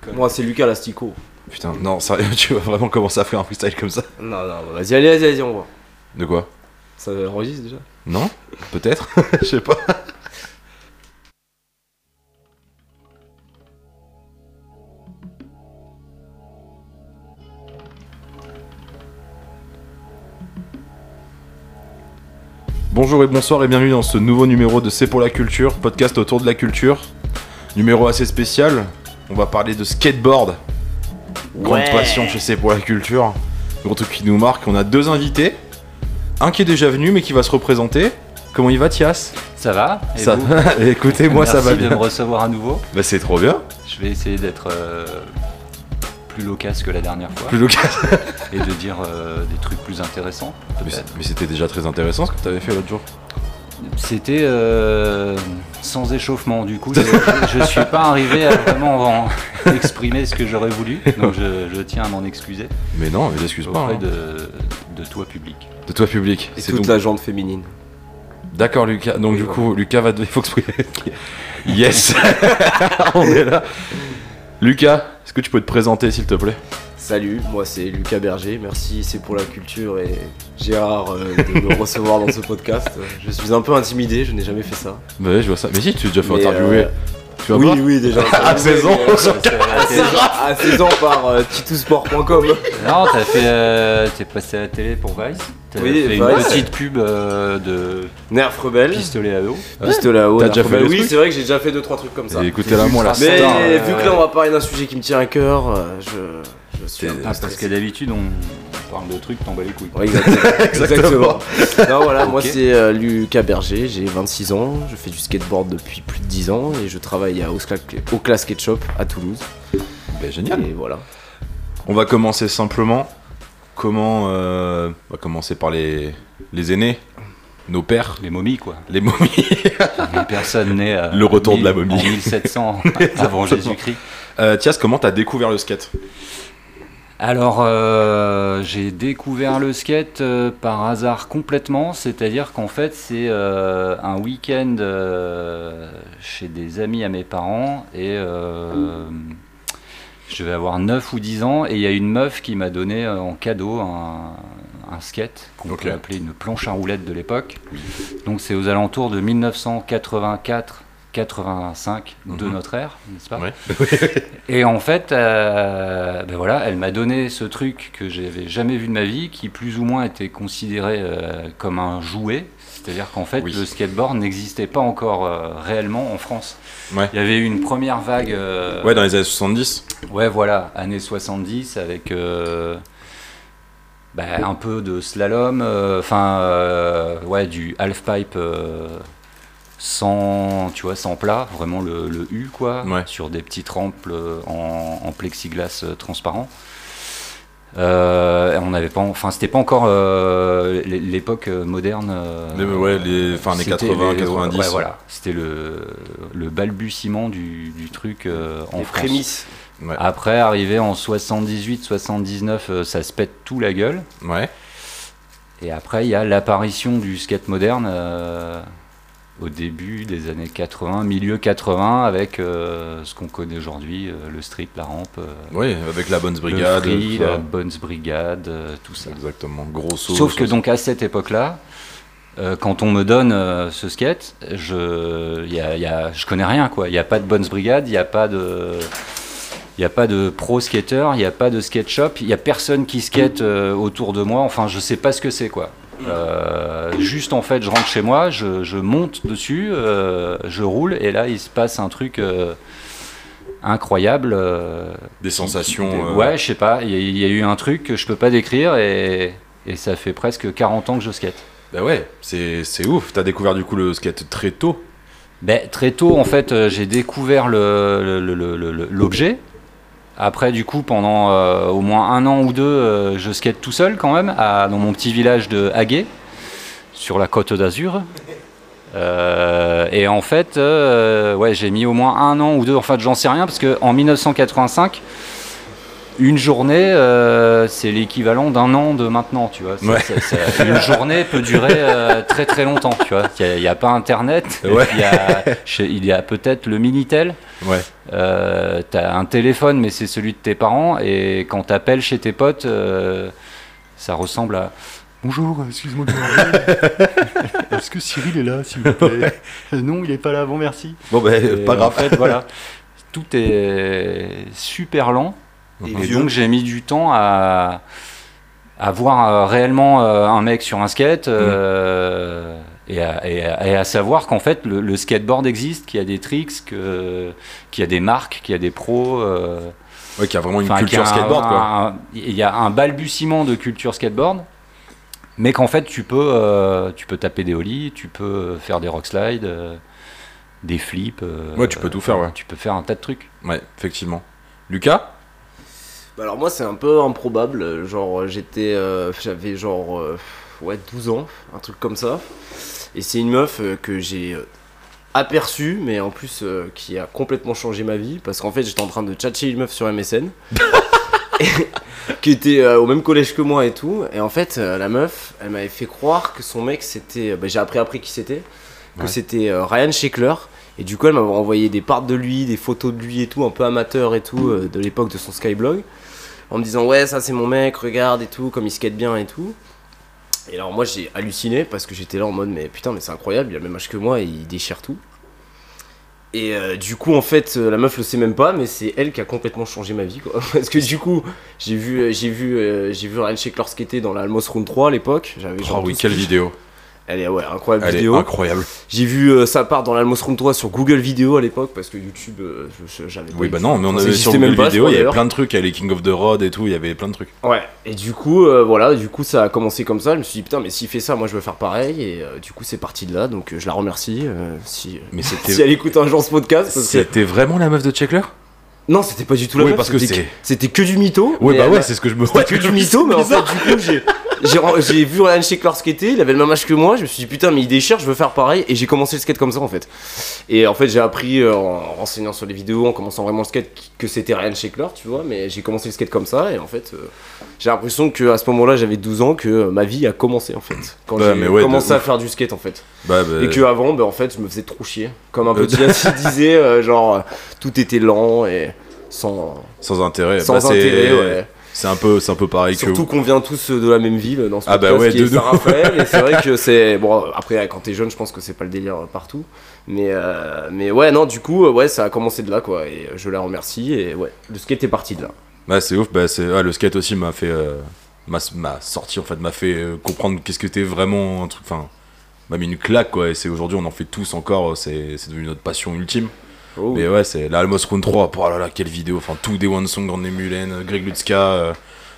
quand même. Moi, c'est Lucas l'Astico. Putain, non, sérieux, tu vas vraiment commencer à faire un freestyle comme ça Non, non, bah, vas-y, allez, vas-y, vas-y, on voit. De quoi Ça enregistre déjà Non Peut-être Je sais pas. Bonjour et bonsoir et bienvenue dans ce nouveau numéro de C'est pour la culture, podcast autour de la culture. Numéro assez spécial, on va parler de skateboard. Grande Ouais. passion chez C'est pour la culture. Gros truc qui nous marque, on a deux invités. Un qui est déjà venu mais qui va se représenter. Comment il va Thias Ça va Et Ça- vous Écoutez, moi ça Merci va de bien. me recevoir à nouveau. Bah c'est trop bien. Je vais essayer d'être euh, plus loquace que la dernière fois Plus local. et de dire euh, des trucs plus intéressants, Mais peut-être. c'est- mais c'était déjà très intéressant ce que t'avais fait l'autre jour. C'était euh, sans échauffement, du coup, je, je- je suis pas arrivé à vraiment en- exprimer ce que j'aurais voulu, donc je, je tiens à m'en excuser Mais non, mais excuse pas. auprès hein. de, de toi public. De toi public. Et C'est toute donc- la jante féminine. D'accord Lucas. Donc Oui, du voilà. coup, Lucas va il faut que je- Yes. On est là. Lucas, est-ce que tu peux te présenter s'il te plaît Salut, moi c'est Lucas Berger, merci, c'est pour la culture et Gérard euh, de me recevoir dans ce podcast. Euh, Je suis un peu intimidé, je n'ai jamais fait ça. Bah ouais, je vois ça. Mais si, tu t'es déjà fait Mais, interviewer. euh, Tu vas oui, voir oui, déjà. À 16 ans, euh, à, à 16 ans par euh, titousport.com. Non, t'as fait, euh, t'es passé à la télé pour Vice, t'as Oui, fait une Vice. petite pub euh, de Nerf rebelle. pistolet à eau. Pistolet à eau. T'as Nerf déjà fait rebelle. le Oui, truc c'est vrai que j'ai déjà fait 2-3 trucs comme ça. Et Écoutez-la moi la Mais star. euh, vu que là on va parler d'un sujet qui me tient à cœur, euh, je, je suis un peu Ah, parce que stressé. d'habitude on parle de trucs, t'en bats les couilles. Ouais, exactement. Exactement. Exactement. non, voilà, moi Ok. c'est euh, Lucas Berger, j'ai 26 ans, je fais du skateboard depuis plus de 10 ans et je travaille à Oscla- Ocla Skate Shop à Toulouse. Bah, génial. Et voilà. On va commencer simplement. Comment euh, On va commencer par les les aînés, nos pères, Les momies quoi. les momies. Les personnes nées à Le retour de la mille- momie. en 1700 avant Jésus-Christ. Euh, Thias, comment t'as découvert le skate Alors, euh, j'ai découvert le skate euh, par hasard complètement, c'est-à-dire qu'en fait, c'est euh, un week-end euh, chez des amis à mes parents et euh, je vais avoir 9 ou 10 ans et il y a une meuf qui m'a donné euh, en cadeau un, un skate qu'on Ok. peut appeler une planche à roulettes de l'époque. Donc, c'est aux alentours de 1984. 85 de Mhm. notre ère, n'est-ce pas Ouais. et en fait, euh, ben voilà, elle m'a donné ce truc que j'avais jamais vu de ma vie, qui plus ou moins était considéré euh, comme un jouet. C'est-à-dire qu'en fait, Oui. le skateboard n'existait pas encore euh, réellement en France. Ouais. Il y avait eu une première vague. euh, Ouais, dans les années 70. Ouais, voilà, années 70 avec euh, bah, un peu de slalom, euh, enfin, euh, ouais, du half-pipe euh, sans, tu vois, sans plat, vraiment le, le U, quoi, Ouais. sur des petites rampes euh, en, en plexiglas euh, transparent. Euh, et on n'avait pas, en- enfin, c'était pas encore euh, l'é- l'époque euh, moderne. euh, Les- ouais, les- enfin, les c'était 80, 90. Ouais, voilà, c'était le, le balbutiement du, du truc euh, en les France. prémices. Ouais. Après, arrivé en 78-79, euh, ça se pète tout la gueule. Ouais. Et après, il y a l'apparition du skate moderne euh, au début des années 80, milieu 80, avec euh, ce qu'on connaît aujourd'hui, euh, le strip, la rampe, euh, Oui, avec la Bonne le Brigade. free, tout ça. la Bones Brigade, euh, tout ça. Exactement, grosso. Sauf que donc à cette époque-là, euh, quand on me donne euh, ce skate, je, y a- y a- je connais rien quoi. Il n'y a pas de Bones Brigade, il n'y a pas de, il a pas de pro skater, il n'y a pas de skate shop, il n'y a personne qui skate euh, autour de moi. Enfin, je sais pas ce que c'est quoi. Euh, juste en fait, je rentre chez moi, je, je monte dessus, euh, je roule et là il se passe un truc. euh, incroyable euh, Des sensations. qui- euh, Ouais, je sais pas. Il y, a- il y a eu un truc que je peux pas décrire et, et ça fait presque 40 ans que je skate. Bah ouais, c'est c'est ouf. T'as découvert du coup le skate très tôt. Ben, très tôt, en fait, euh, j'ai découvert l'objet. Le, le, le- le- le- l'objet. Après, du coup, pendant euh, au moins un an ou deux, euh, je skate tout seul quand même, à- dans mon petit village de Haguet, sur la côte d'Azur. Euh, et en fait, euh, ouais, j'ai mis au moins un an ou deux, en fait, j'en sais rien, parce qu'en 1985, Une journée, euh, c'est l'équivalent d'un an de maintenant, tu vois. C'est- Ouais. c'est- c'est- une journée peut durer euh, très très longtemps, tu vois. Il n'y a, pas Internet, et Ouais. puis il y a- chez- il y a peut-être le Minitel. Ouais. Euh, t'as un téléphone, mais c'est celui de tes parents, et quand t'appelles chez tes potes, euh, ça ressemble à. Bonjour, excuse-moi de vous déranger. Est-ce que Cyril est là, s'il vous plaît Euh, Non, il n'est pas là, bon merci. Bon, bah, Et pas En grave. fait, voilà. Tout est super lent, Et et vieux. donc j'ai mis du temps à, à voir euh, réellement euh, un mec sur un skate. Mm. euh, Et à, et à- et à savoir qu'en fait le, le skateboard existe, qu'il y a des tricks, que- qu'il y a des marques, qu'il y a des pros. euh, Ouais, qui a vraiment une Enfin, culture qu'il y a un- skateboard, quoi. un- Il y a un balbutiement de culture skateboard, mais qu'en fait, tu peux, euh, tu peux taper des ollies, tu peux faire des rockslides, euh, des flips. euh, Ouais, tu peux tout faire, ouais. Tu peux faire un tas de trucs. Ouais, effectivement. Lucas Bah alors moi c'est un peu improbable, euh, genre euh, j'étais euh, j'avais genre euh, ouais 12 ans, un truc comme ça. Et c'est une meuf euh, que j'ai euh, aperçue mais en plus euh, qui a complètement changé ma vie parce qu'en fait j'étais en train de tchatcher une meuf sur MSN et- qui était euh, au même collège que moi et tout et en fait euh, la meuf, elle m'avait fait croire que son mec c'était bah, j'ai appris après qui c'était que Ouais. c'était euh, Ryan Sheckler et du coup, elle m'avait envoyé des parts de lui, des photos de lui et tout, un peu amateur et tout, euh, de l'époque de son Skyblog, en me disant ouais, ça c'est mon mec, regarde et tout, comme il skate bien et tout. Et alors moi j'ai halluciné parce que j'étais là en mode mais putain mais c'est incroyable, il a le même âge que moi et il déchire tout. Et euh, du coup en fait euh, la meuf le sait même pas mais c'est elle qui a complètement changé ma vie quoi. Parce que du coup j'ai vu euh, j'ai vu euh, j'ai vu Ryan Sheckler skater dans la Almos Round 3 à l'époque, j'avais Oh genre oui, 12. quelle vidéo Elle est ouais, incroyable Elle vidéo. est incroyable. J'ai vu euh, sa part dans l'Almos Room 3 sur Google Vidéo à l'époque parce que YouTube, euh, je- je- j'avais pas Oui, eu- bah non, mais on ça avait sur existait même Google pas, je vidéo, crois, il y avait d'ailleurs. plein de trucs, il y avait les King of the Road et tout, il y avait plein de trucs. Ouais, et du coup, euh, voilà, du coup, ça a commencé comme ça. Je me suis dit, putain, mais s'il fait ça, moi je veux faire pareil. Et euh, du coup, c'est parti de là, donc euh, je la remercie. euh, si, Mais si c'était elle écoute un jour ce podcast, parce que- c'était vraiment la meuf de Checkler Non, c'était pas du tout la Oui, meuf, parce que c'était c'est- c'était que du mytho. Ouais, mais bah elle ouais, m'a- c'est ce que je me C'était que du mytho, mais en fait, du coup, j'ai. J'ai, j'ai vu Ryan Sheckler skater, il avait le même âge que moi, je me suis dit putain mais il déchire, je veux faire pareil et j'ai commencé le skate comme ça en fait. Et en fait j'ai appris euh, en renseignant sur les vidéos, en commençant vraiment le skate que c'était Ryan Sheckler tu vois, mais j'ai commencé le skate comme ça et en fait euh, j'ai l'impression que à ce moment-là j'avais 12 ans que euh, ma vie a commencé en fait. Quand Bah, j'ai mais ouais, de commencé à ouf. faire du skate en fait. Bah, bah, Et que avant bah, en fait je me faisais trop chier. Comme un Euh, peu Diaz disait, euh, genre euh, tout était lent et sans, sans intérêt. sans Bah, c'est- intérêt ouais. C'est un peu, c'est un peu pareil que Surtout qu'on vient tous euh, de la même ville euh, dans ce Ah bah podcast ouais, qui de est nous. Saint-Raphaël et c'est vrai que c'est bon après quand t'es jeune je pense que c'est pas le délire euh, partout mais euh, mais ouais non du coup euh, ouais ça a commencé de là quoi et euh, je la remercie et ouais le skate est parti de là Bah c'est ouf, bah, c'est... ouais, le skate aussi m'a fait... euh, m'a, m'a sorti en fait, m'a fait euh, comprendre qu'est-ce que t'es vraiment un truc, enfin... M'a mis une claque quoi, et c'est aujourd'hui on en fait tous encore, c'est, c'est devenu notre passion ultime. Oh, Mais ouais, c'est la Almos Round 3, oh là là, quelle vidéo, enfin tout des One Song dans Mulen, Greg Lutzka, euh,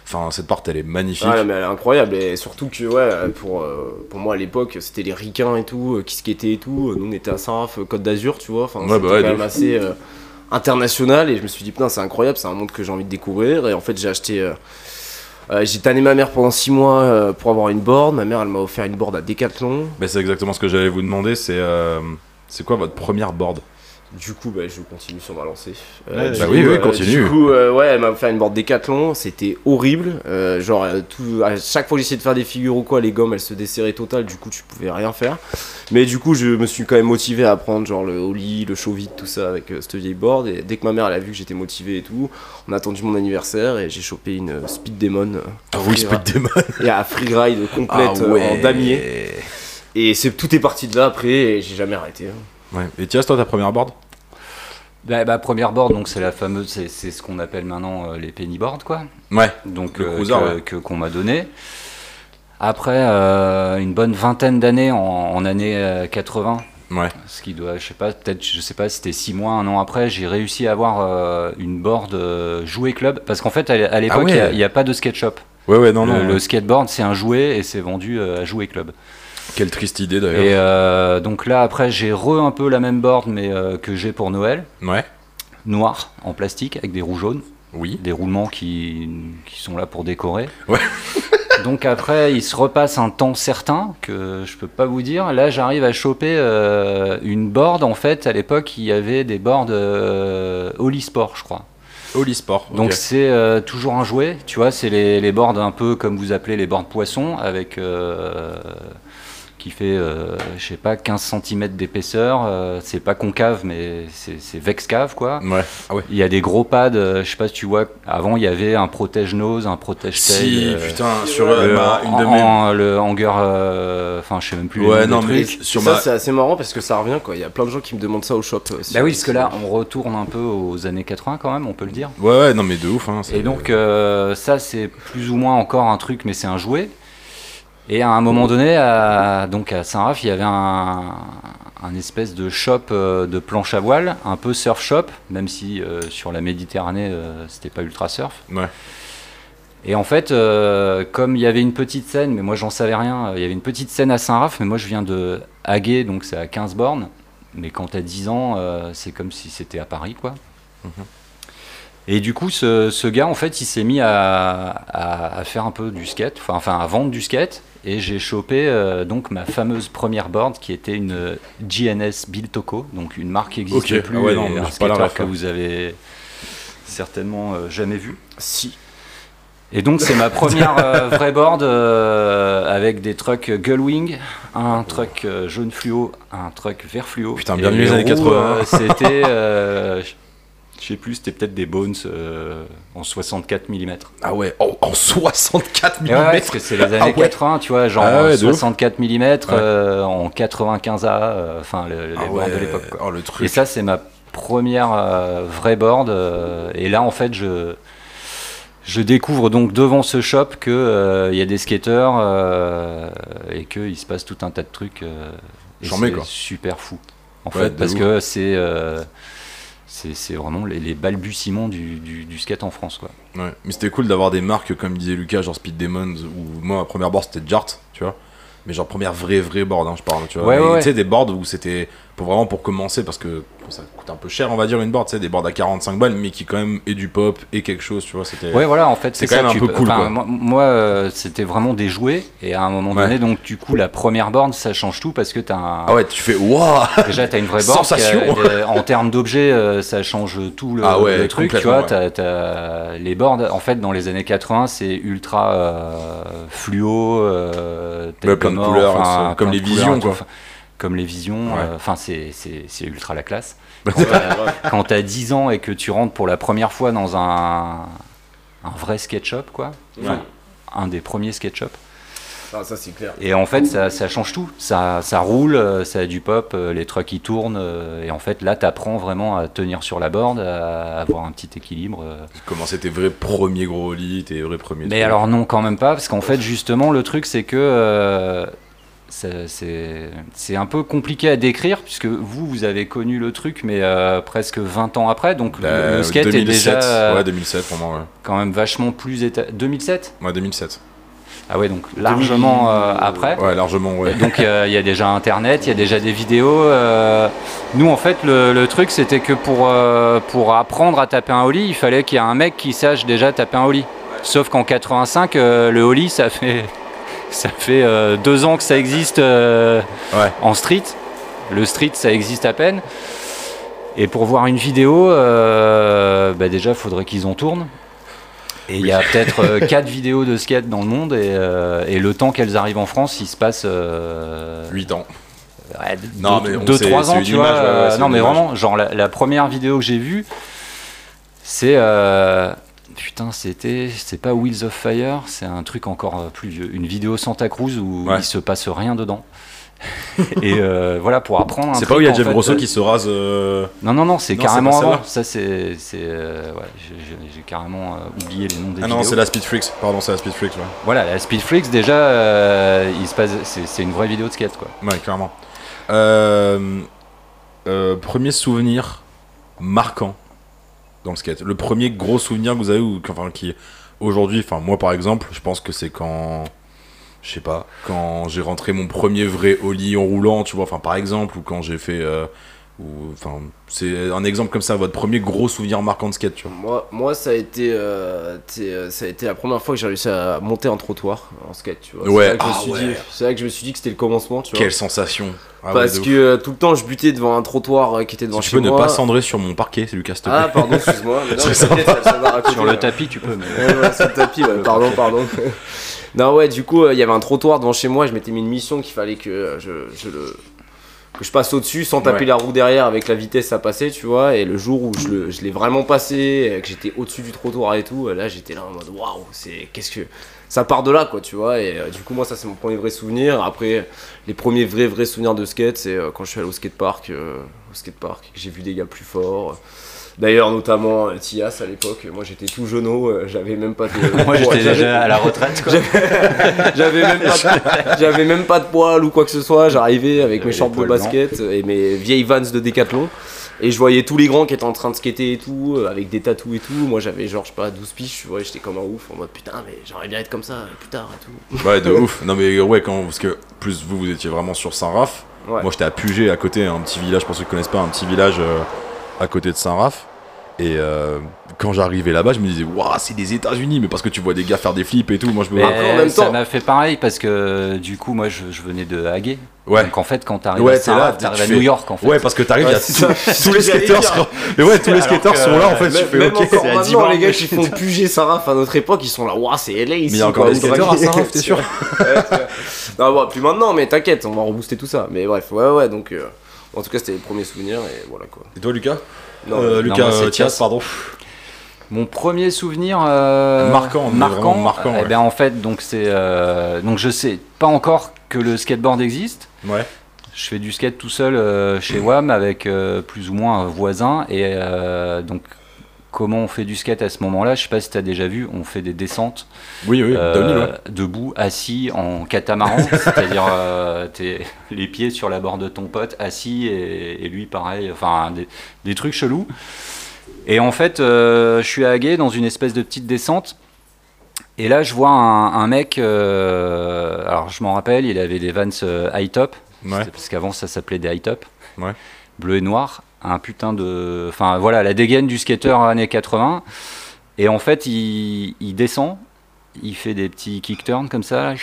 enfin cette part elle est magnifique. Ouais, mais elle est incroyable et surtout que ouais euh, pour euh, pour moi à l'époque c'était les ricains et tout euh, qui skataient et tout nous on était à Saint-Raph euh, Côte d'Azur tu vois enfin Ouais, c'était bah ouais, quand de même ouf. assez euh, international et je me suis dit putain c'est incroyable c'est un monde que j'ai envie de découvrir et en fait j'ai acheté euh, euh, j'ai tanné ma mère pendant 6 mois euh, pour avoir une board ma mère elle m'a offert une board à Decathlon Bah, c'est exactement ce que j'allais vous demander, c'est... euh, c'est quoi votre première board Du coup, bah, je continue sur ma lancée. Euh, Ouais, du bah coup, oui, oui, continue. Du coup, euh, ouais, elle m'a fait une board décathlon, c'était horrible. Euh, genre, euh, tout, à chaque fois que j'essayais de faire des figures ou quoi, les gommes elles se desserraient total, du coup, tu pouvais rien faire. Mais du coup, je me suis quand même motivé à prendre genre le holly, le show vide, tout ça avec euh, cette vieille board. Et dès que ma mère elle a vu que j'étais motivé et tout, on a attendu mon anniversaire et j'ai chopé une euh, Speed Demon euh, Ah oui, Freeride. Speed Demon et à freeride Ah complète euh, en damier. Et c'est tout est parti de là après et j'ai jamais arrêté. hein. Ouais. Et Thias, toi, ta première board Bah, bah, première board, donc c'est la fameuse, c'est c'est ce qu'on appelle maintenant euh, les pennyboards, quoi. Ouais. donc Le euh, cruiser, que- ouais. que- qu'on m'a donné. Après euh, une bonne vingtaine d'années en, en année euh, 80, Ouais. ce qui doit, je sais pas, peut-être, je sais pas, c'était six mois, un an après, j'ai réussi à avoir euh, une board euh, jouet club, parce qu'en fait à, à l'époque Ah ouais. il y a- il n'y a, pas de skate shop. Ouais, ouais, non, le, non. le skateboard c'est un jouet et c'est vendu euh, à jouet club. Quelle triste idée d'ailleurs. Et euh, donc là après j'ai re un peu la même board mais euh, que j'ai pour Noël, Ouais. noire en plastique avec des roues jaunes Oui. des roulements qui, qui sont là pour décorer. Ouais. Donc après, il se repasse un temps certain que je peux pas vous dire. Là, j'arrive à choper euh, une board. En fait, à l'époque, il y avait des boards euh, Holy Sport, je crois. Oli Sport. ok. Donc c'est euh, toujours un jouet, tu vois, c'est les, les boards un peu comme vous appelez les boards poissons, avec euh, qui fait, euh, je sais pas, 15 cm d'épaisseur, euh, c'est pas concave mais c'est c'est vex-cave quoi. ouais. Ah ouais. Il y a des gros pads, euh, je sais pas si tu vois, avant il y avait un protège-nose, un protège-tail. Si, euh, putain, sur le- euh, ma- une de en- mes. en- le hangar, euh, enfin je sais même plus. les noms ouais, des non, trucs. mais Et sur ça, ma. c'est assez marrant parce que ça revient quoi. Il y a plein de gens qui me demandent ça au shop. euh, Bah sur- oui, parce que là on retourne un peu aux années 80 quand même, on peut le dire. Ouais, ouais, non, mais de ouf. Hein, c'est- Et donc euh, ça c'est plus ou moins encore un truc, mais c'est un jouet. Et à un moment donné, à, donc à Saint-Raph, il y avait un, un espèce de shop euh, de planche à voile, un peu surf shop, même si euh, sur la Méditerranée euh, c'était pas ultra surf. Ouais. Et en fait, euh, comme il y avait une petite scène, mais moi j'en savais rien, euh, il y avait une petite scène à Saint-Raph, mais moi je viens de Hagué, donc c'est à 15 bornes. Mais quand t'as 10 ans, euh, c'est comme si c'était à Paris, quoi. Mhm. Et du coup, ce, ce gars, en fait, il s'est mis à, à- à faire un peu du skate, enfin, enfin à vendre du skate. Et j'ai chopé euh, donc ma fameuse première board qui était une GNS Biltoco, donc une marque qui n'existe Ok. plus, Ah ouais, non, et mais un c'est pas la skateur ref, que hein. vous avez certainement euh, jamais vu. Si. Et donc c'est ma première euh, vraie board euh, avec des trucks Gullwing, un truck euh, jaune fluo, un truck vert fluo. Putain, Et bienvenue les années 80. roues, euh, c'était, euh, je- je sais plus, c'était peut-être des Bones euh, en 64 mm. Ah ouais, en- en 64 Et ouais, mm. parce que c'est les années Ah ouais. 80, tu vois, genre Ah ouais, de ouf. 64 mm euh, en 95A, euh, enfin le- les Ah boards de ouais, l'époque. quoi. Oh, le Et truc. ça, c'est ma première euh, vraie board. euh, et là, en fait, je, je découvre donc devant ce shop qu'il y a des skateurs euh, et qu'il se passe tout un tas de trucs. euh, et J'en mets, c'est quoi. super fou. En Ouais, fait, de parce ouf. que c'est. euh, c'est c'est vraiment les, les balbutiements du, du, du skate en France. Quoi. Ouais. Mais c'était cool d'avoir des marques, comme disait Lucas, genre Speed Demons, ou moi, ma première board, c'était Jart, tu vois. Mais genre, première vraie, vraie board, hein, je parle, tu vois. Ouais, Mais ouais, tu sais, des boards où c'était pour vraiment pour commencer, parce que bon, ça coûte un peu cher, on va dire, une board, tu sais, des boards à 45 balles, mais qui quand même est du pop et quelque chose, tu vois. C'était. Ouais, voilà, en fait, C'est c'est quand ça, même un tu peu peux- cool, enfin, quoi. Moi, moi, euh, c'était vraiment des jouets, et à un moment Ouais. donné, donc, du coup, la première borne, ça change tout parce que t'as un, Ah ouais, tu fais waouh! Déjà, t'as une vraie borne. Sensation. qui a- en termes d'objets, euh, ça change tout le, Ah ouais, le truc. Tu complètement, vois, t'as- t'as- les boards, en fait, dans les années 80, c'est ultra euh, fluo. euh, Ouais, plein de technomorphe, couleurs, enfin, c'est comme plein les de couleurs, visions, tout, quoi. enfin, Comme les visions. Ouais. euh, Enfin, c'est- c'est c'est ultra la classe. Ouais, grave. Quand t'as 10 ans et que tu rentres pour la première fois dans un, un vrai skate shop, quoi. Enfin, Ouais. Un des premiers skate shop. Ah, ça c'est clair. Et en fait, ça, ça change tout. Ça, ça roule, euh, ça a du pop, euh, les trucks ils tournent. euh, Et en fait, là, t'apprends vraiment à tenir sur la board, à avoir un petit équilibre. euh. Comment c'était tes vrais premiers gros lits, tes vrais premiers. Mais trucs. alors, non, quand même pas, parce qu'en fait, justement, le truc, c'est que. euh, ça- c'est c'est un peu compliqué à décrire puisque vous vous avez connu le truc mais euh, presque 20 ans après donc le- Bah, le, skate 2007, est déjà euh, Ouais, 2007 pour moi, ouais. quand même vachement plus éta- 2007 Ouais, 2007. ah ouais donc largement euh, après Ouais, largement, ouais. Donc euh, il y a déjà Internet, il y a déjà des vidéos. euh, Nous en fait le, le truc c'était que pour, euh, pour apprendre à taper un holly, il fallait qu'il y ait un mec qui sache déjà taper un holly. Sauf qu'en 85 euh, le holly ça fait ça fait euh, deux ans que ça existe euh, Ouais. en street. Le street ça existe à peine. Et pour voir une vidéo, euh, bah déjà faudrait qu'ils en tournent. Et il y a peut-être euh, quatre vidéos de skate dans le monde et, euh, et le temps qu'elles arrivent en France, il se passe euh, 8 ans. ouais, deux- Non, mais on deux sait- trois c'est ans, une tu vois. image, ouais, ouais, euh, c'est non, une mais image. vraiment, genre la, la première vidéo que j'ai vue, c'est euh, putain, c'était c'est pas Wheels of Fire, c'est un truc encore euh, plus vieux, une vidéo Santa Cruz où Ouais. il se passe rien dedans. et euh, voilà pour apprendre. un C'est truc, pas où il y a en Jeff fait, Grosso euh, qui se rase. euh, non, non, non, c'est Non, c'est carrément pas avant. celle-là. Ça, c'est. c'est, euh, ouais, j'ai- j'ai- J'ai carrément euh, oublié les noms des Ah vidéos. non, c'est la Speed Freaks. Pardon, c'est la Speed Freaks, ouais. Voilà, la Speedflix, déjà, euh, il se passe. C'est c'est une vraie vidéo de skate, quoi. Ouais, clairement. Euh, euh, premier souvenir marquant dans le skate. Le premier gros souvenir que vous avez, ou enfin, qui aujourd'hui, enfin, moi par exemple, je pense que c'est quand. Je sais pas, quand j'ai rentré mon premier vrai ollie en roulant, tu vois, enfin par exemple, ou quand j'ai fait euh, ou enfin c'est un exemple comme ça votre premier gros souvenir marquant de skate tu vois Moi, moi, ça a été, euh, t'sais, euh, ça a été la première fois que j'ai réussi à monter un trottoir en skate, tu vois. C'est Ouais. là que je me Ah suis ouais. dit- C'est là que je me suis dit que c'était le commencement, tu vois. quelle sensation Ah ouais, Parce de ouf. que euh, tout le temps, je butais devant un trottoir euh, qui était devant si tu chez peux moi. ne pas cendrer sur mon parquet c'est Lucas s'il te plaît. Ah, pardon, excuse-moi. Mais non, C'est mais t'inquiète, ça- ça va Ah, raconter, Sur le là. tapis, tu peux, mais. Ouais, ouais, sur le tapis, ouais, pardon, pardon. non, ouais, du coup, euh, il y avait un trottoir devant chez moi. Je m'étais mis une mission qu'il fallait que euh, je, je le. Que je passe au-dessus sans taper Ouais. la roue derrière avec la vitesse à passer, tu vois. Et le jour où je, le- je l'ai vraiment passé, euh, que j'étais au-dessus du trottoir et tout, euh, là j'étais là en mode waouh, c'est qu'est-ce que. Ça part de là, quoi, tu vois. Et euh, du coup, moi, ça, c'est mon premier vrai souvenir. Après, les premiers vrais, vrais souvenirs de skate, c'est euh, quand je suis allé au skatepark, euh, au skatepark, que j'ai vu des gars plus forts. D'ailleurs, notamment euh, Tias à l'époque, moi j'étais tout jeuneau, euh, j'avais même pas de. Moi, j'étais j'avais- déjà à la retraite, quoi. J'avais même, pas de- j'avais même pas de poils ou quoi que ce soit, j'arrivais avec mes J'avais shorts les de poils basket et mes vieilles vans de décathlon. Et je voyais tous les grands qui étaient en train de skater et tout, euh, avec des tatous et tout. Moi j'avais genre, je sais pas, 12 piches, ouais, j'étais comme un ouf en mode putain, mais j'aimerais bien être comme ça euh, plus tard et tout. Ouais, Bah, de ouf. Non, mais ouais, quand, parce que plus vous, vous étiez vraiment sur Saint-Raph. Ouais. Moi, j'étais à Puget, à côté, un petit village, pour ceux qui connaissent pas, un petit village euh, à côté de Saint-Raph. Et euh, quand j'arrivais là-bas, je me disais, waouh, c'est des États-Unis, mais parce que tu vois des gars faire des flips et tout. Moi, je me Mais Après, en même ça temps- m'a fait pareil parce que du coup, moi, je, je venais de Hague. Ouais. Donc en fait, quand t'arrives Ouais, à t'es Saint-Raph, là, t'arrives tu à fais- New York, en fait. Ouais, parce que t'arrives, Ah il y a Ouais, c'est ça. tous- tous les J'allais skateurs dire. sont... Mais ouais, tous les skateurs sont là, en fait. euh, Même, tu fais, même ok, encore c'est à 10 maintenant, bornes. les gars qui font Puget Saraf à notre époque, ils sont là, waouh, c'est LA ici. Mais il y a encore quoi, des on drague. skateurs à Saint-Raph, t'es sûr Non, bon, plus maintenant, mais t'inquiète, on va rebooster tout ça. Mais bref, ouais, ouais, donc. euh, en tout cas, c'était les premiers souvenirs et voilà quoi. Et toi, Lucas Non, Euh, non, Lucas, moi, c'est euh, Thias, Thias. pardon. Mon premier souvenir euh, Marquant, mais marquant, vraiment marquant, eh ouais. ben, en fait, donc c'est euh, donc je sais pas encore que le skateboard existe. Ouais. Je fais du skate tout seul euh, chez WAM avec euh, plus ou moins un voisin et euh, donc comment on fait du skate à ce moment-là Je sais pas si t'as déjà vu, on fait des descentes Oui, oui, euh, downhill, ouais. debout, assis en catamaran, c'est-à-dire euh, t'es les pieds sur la borde de ton pote, assis et, et lui pareil, enfin des, des trucs chelous. Et en fait, euh, je suis à Hagué dans une espèce de petite descente. Et là, je vois un, un mec. euh, alors, je m'en rappelle, il avait des Vans euh, high top. Ouais. Parce qu'avant, ça s'appelait des high top. Ouais. Bleu et noir. Un putain de. Enfin, voilà, la dégaine du skater années 80. Et en fait, il, il descend. Il fait des petits kick turns comme ça. là.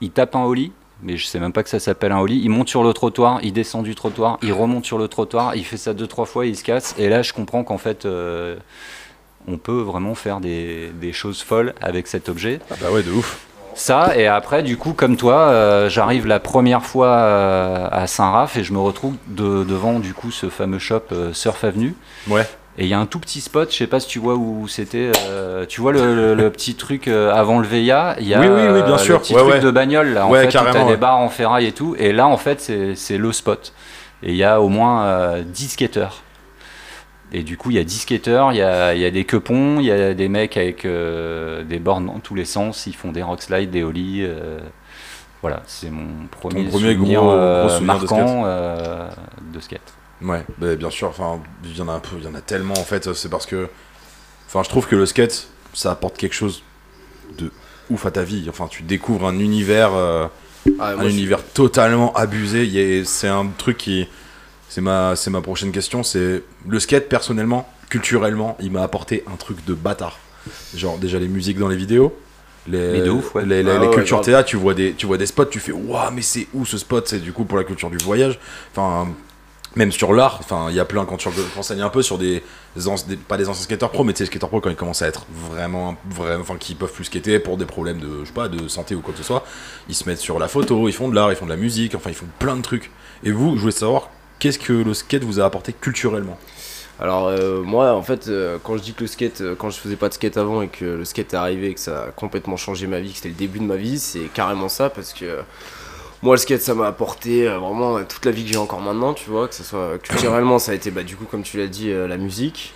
Il tape un ollie. Mais je sais même pas que ça s'appelle un ollie. Il monte sur le trottoir, il descend du trottoir, il remonte sur le trottoir, il fait ça deux, trois fois, il se casse. Et là, je comprends qu'en fait, euh, on peut vraiment faire des- des choses folles avec cet objet. Ah Bah ouais, de ouf. Ça, et après, du coup, comme toi, euh, j'arrive la première fois euh, à Saint-Raph et je me retrouve de- devant, du coup, ce fameux shop euh, Surf Avenue. Ouais. Et il y a un tout petit spot, je sais pas si tu vois où c'était. euh, tu vois le, le- le petit truc euh, avant le VIA Il y a Oui, oui, oui, bien euh, sûr. le petit Ouais, truc ouais. de bagnole, là, en Ouais, fait, où t'as carrément, ouais. des barres en ferraille et tout. Et là, en fait, c'est c'est le spot. Et il y a au moins euh, 10 skateurs. Et du coup, il y a 10 skateurs, il y a, il y a des quepons, il y a des mecs avec euh, des bornes dans tous les sens, ils font des rock slides, des ollies. euh, voilà, c'est mon premier, premier souvenir, gros- gros euh, souvenir de skate. marquant euh, de skate. Ouais, bah, bien sûr, enfin, il y en a un peu, il y en a tellement en fait, c'est parce que enfin, je trouve que le skate, ça apporte quelque chose de ouf à ta vie. Enfin, tu découvres un univers euh, Ah, un moi, je- univers totalement abusé, Il y a- c'est un truc qui c'est ma c'est ma prochaine question, c'est le skate personnellement, culturellement, il m'a apporté un truc de bâtard. Genre déjà les musiques dans les vidéos, les, Mais de ouf, ouais. les, les- Ah les ouais, cultures grave. théâtre, tu vois des tu vois des spots, tu fais waouh, mais c'est où ce spot C'est du coup pour la culture du voyage. Enfin même sur l'art, enfin, il y a plein quand tu renseignes un peu sur des, ans- des- pas des anciens skateurs pro, mais tu sais, les skateurs pro quand ils commencent à être vraiment, vraiment, enfin, qui peuvent plus skater pour des problèmes de, je sais pas, de santé ou quoi que ce soit, ils se mettent sur la photo, ils font de l'art, ils font de la musique, enfin, ils font plein de trucs. Et vous, je voulais savoir qu'est-ce que le skate vous a apporté culturellement. Alors euh, moi en fait euh, quand je dis que le skate euh, quand je faisais pas de skate avant et que le skate est arrivé et que ça a complètement changé ma vie, que c'était le début de ma vie, c'est carrément ça parce que euh, moi le skate ça m'a apporté euh, vraiment euh, toute la vie que j'ai encore maintenant, tu vois, que ce soit euh, culturellement ça a été bah du coup comme tu l'as dit euh, la musique.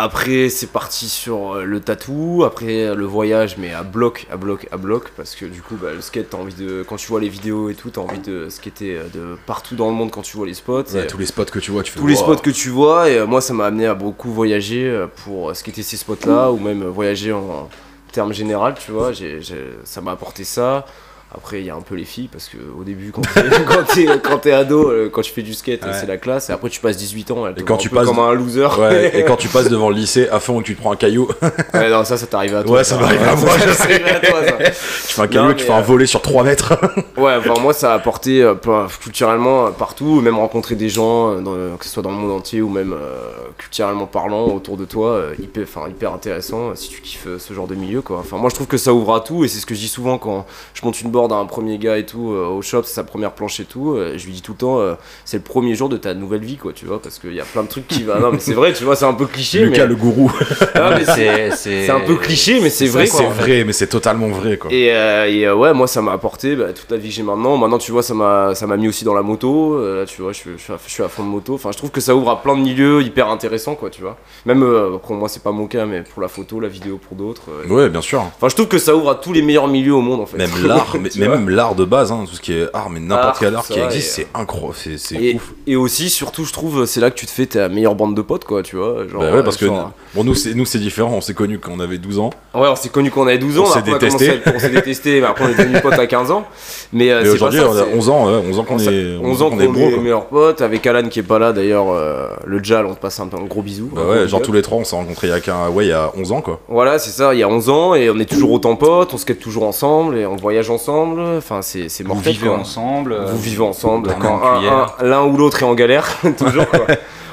Après c'est parti sur euh, le tatou, après euh, le voyage mais à bloc, à bloc, à bloc parce que du coup bah, le skate t'as envie de quand tu vois les vidéos et tout, t'as envie de skater euh, de partout dans le monde quand tu vois les spots. et, Ouais, tous les spots que tu vois, tu fais tous les waouh. spots que tu vois et euh, moi ça m'a amené à beaucoup voyager euh, pour euh, skater ces spots là ou même euh, voyager en, en termes général tu vois j'ai- j'ai- ça m'a apporté ça Après, il y a un peu les filles, parce que au début, quand t'es- quand t'es- quand t'es ado, euh, quand tu fais du skate, euh, Ouais. c'est la classe. Et après, tu passes 18 ans, elle te Et voit quand un tu peu passes- comme un loser. Ouais, et quand tu passes devant le lycée à fond et que tu te prends un caillou, Ouais, non, ça, ça t'arrive à toi. Ouais, ça m'arrive à moi, ça je t'arrive à toi, ça. tu fais un caillou Non, et tu mais, fais un euh, volet sur 3 mètres. Ouais, enfin, moi, ça a apporté euh, plein- culturellement euh, partout, même rencontrer des gens, euh, dans le- que ce soit dans le monde entier ou même euh, culturellement parlant autour de toi, euh, hyper, enfin, hyper intéressant euh, si tu kiffes euh, ce genre de milieu, quoi. Enfin, moi, je trouve que ça ouvre à tout et c'est ce que je dis souvent quand je monte une board à un premier gars et tout euh, au shop, c'est sa première planche et tout. euh, je lui dis tout le temps, euh, c'est le premier jour de ta nouvelle vie, quoi, tu vois, parce qu'il y a plein de trucs qui va. Non, mais c'est vrai, tu vois, c'est un peu cliché, Lucas mais. le gourou. Ah, mais c'est- C'est c'est- c'est un peu cliché, mais c'est vrai, C'est quoi. en fait. vrai, mais c'est totalement vrai quoi. Et, euh, et, euh, ouais, moi ça m'a apporté bah, toute la vie que j'ai maintenant. Maintenant, tu vois, ça m'a ça m'a mis aussi dans la moto. Euh, là, tu vois, je, suis- je suis à, je suis à fond de moto. Enfin, je trouve que ça ouvre à plein de milieux hyper intéressants, quoi, tu vois. Même euh, pour moi, c'est pas mon cas, mais pour la photo, la vidéo, pour d'autres. euh. Ouais, bien sûr. Enfin, je trouve que ça ouvre à tous les meilleurs milieux au monde, en fait. Même l'art, mais Tu mais vois. même l'art de base, hein, tout ce qui est art, mais n'importe Art, quel art ça, qui existe, et, c'est incroyable, c'est- c'est Et, ouf. et aussi, surtout, je trouve, c'est là que tu te fais ta meilleure bande de potes, quoi, tu vois. Genre, euh, Bah ouais, parce que genre- bon, nous, c'est nous, c'est différent, on s'est connus quand on avait 12 ans. Ouais, on s'est connus quand on avait 12 ans. On s'est après, a commencé détestés. à- on s'est détestés, mais après, on est devenus potes à 15 ans. Mais, euh, Et c'est pas aujourd'hui, ça, on a c'est- 11 ans, ouais, 11 ans qu'on Ça- est 11 ans qu'on est, bro. quoi. meilleurs potes, avec Alan qui est pas là d'ailleurs, euh, le Jal, on te passe un, un gros bisou. Bah Un ouais, gros genre big tous up. les trois, on s'est rencontrés il y a qu'un, ouais, il y a 11 ans quoi. Voilà, c'est ça, il y a 11 ans et on est toujours autant potes, on skate toujours ensemble et on voyage ensemble, enfin c'est c'est Vous mortel. vivez quoi. ensemble. euh, Vous vivez ensemble, dormez quand en un- cuillère. un- l'un ou l'autre est en galère, toujours quoi.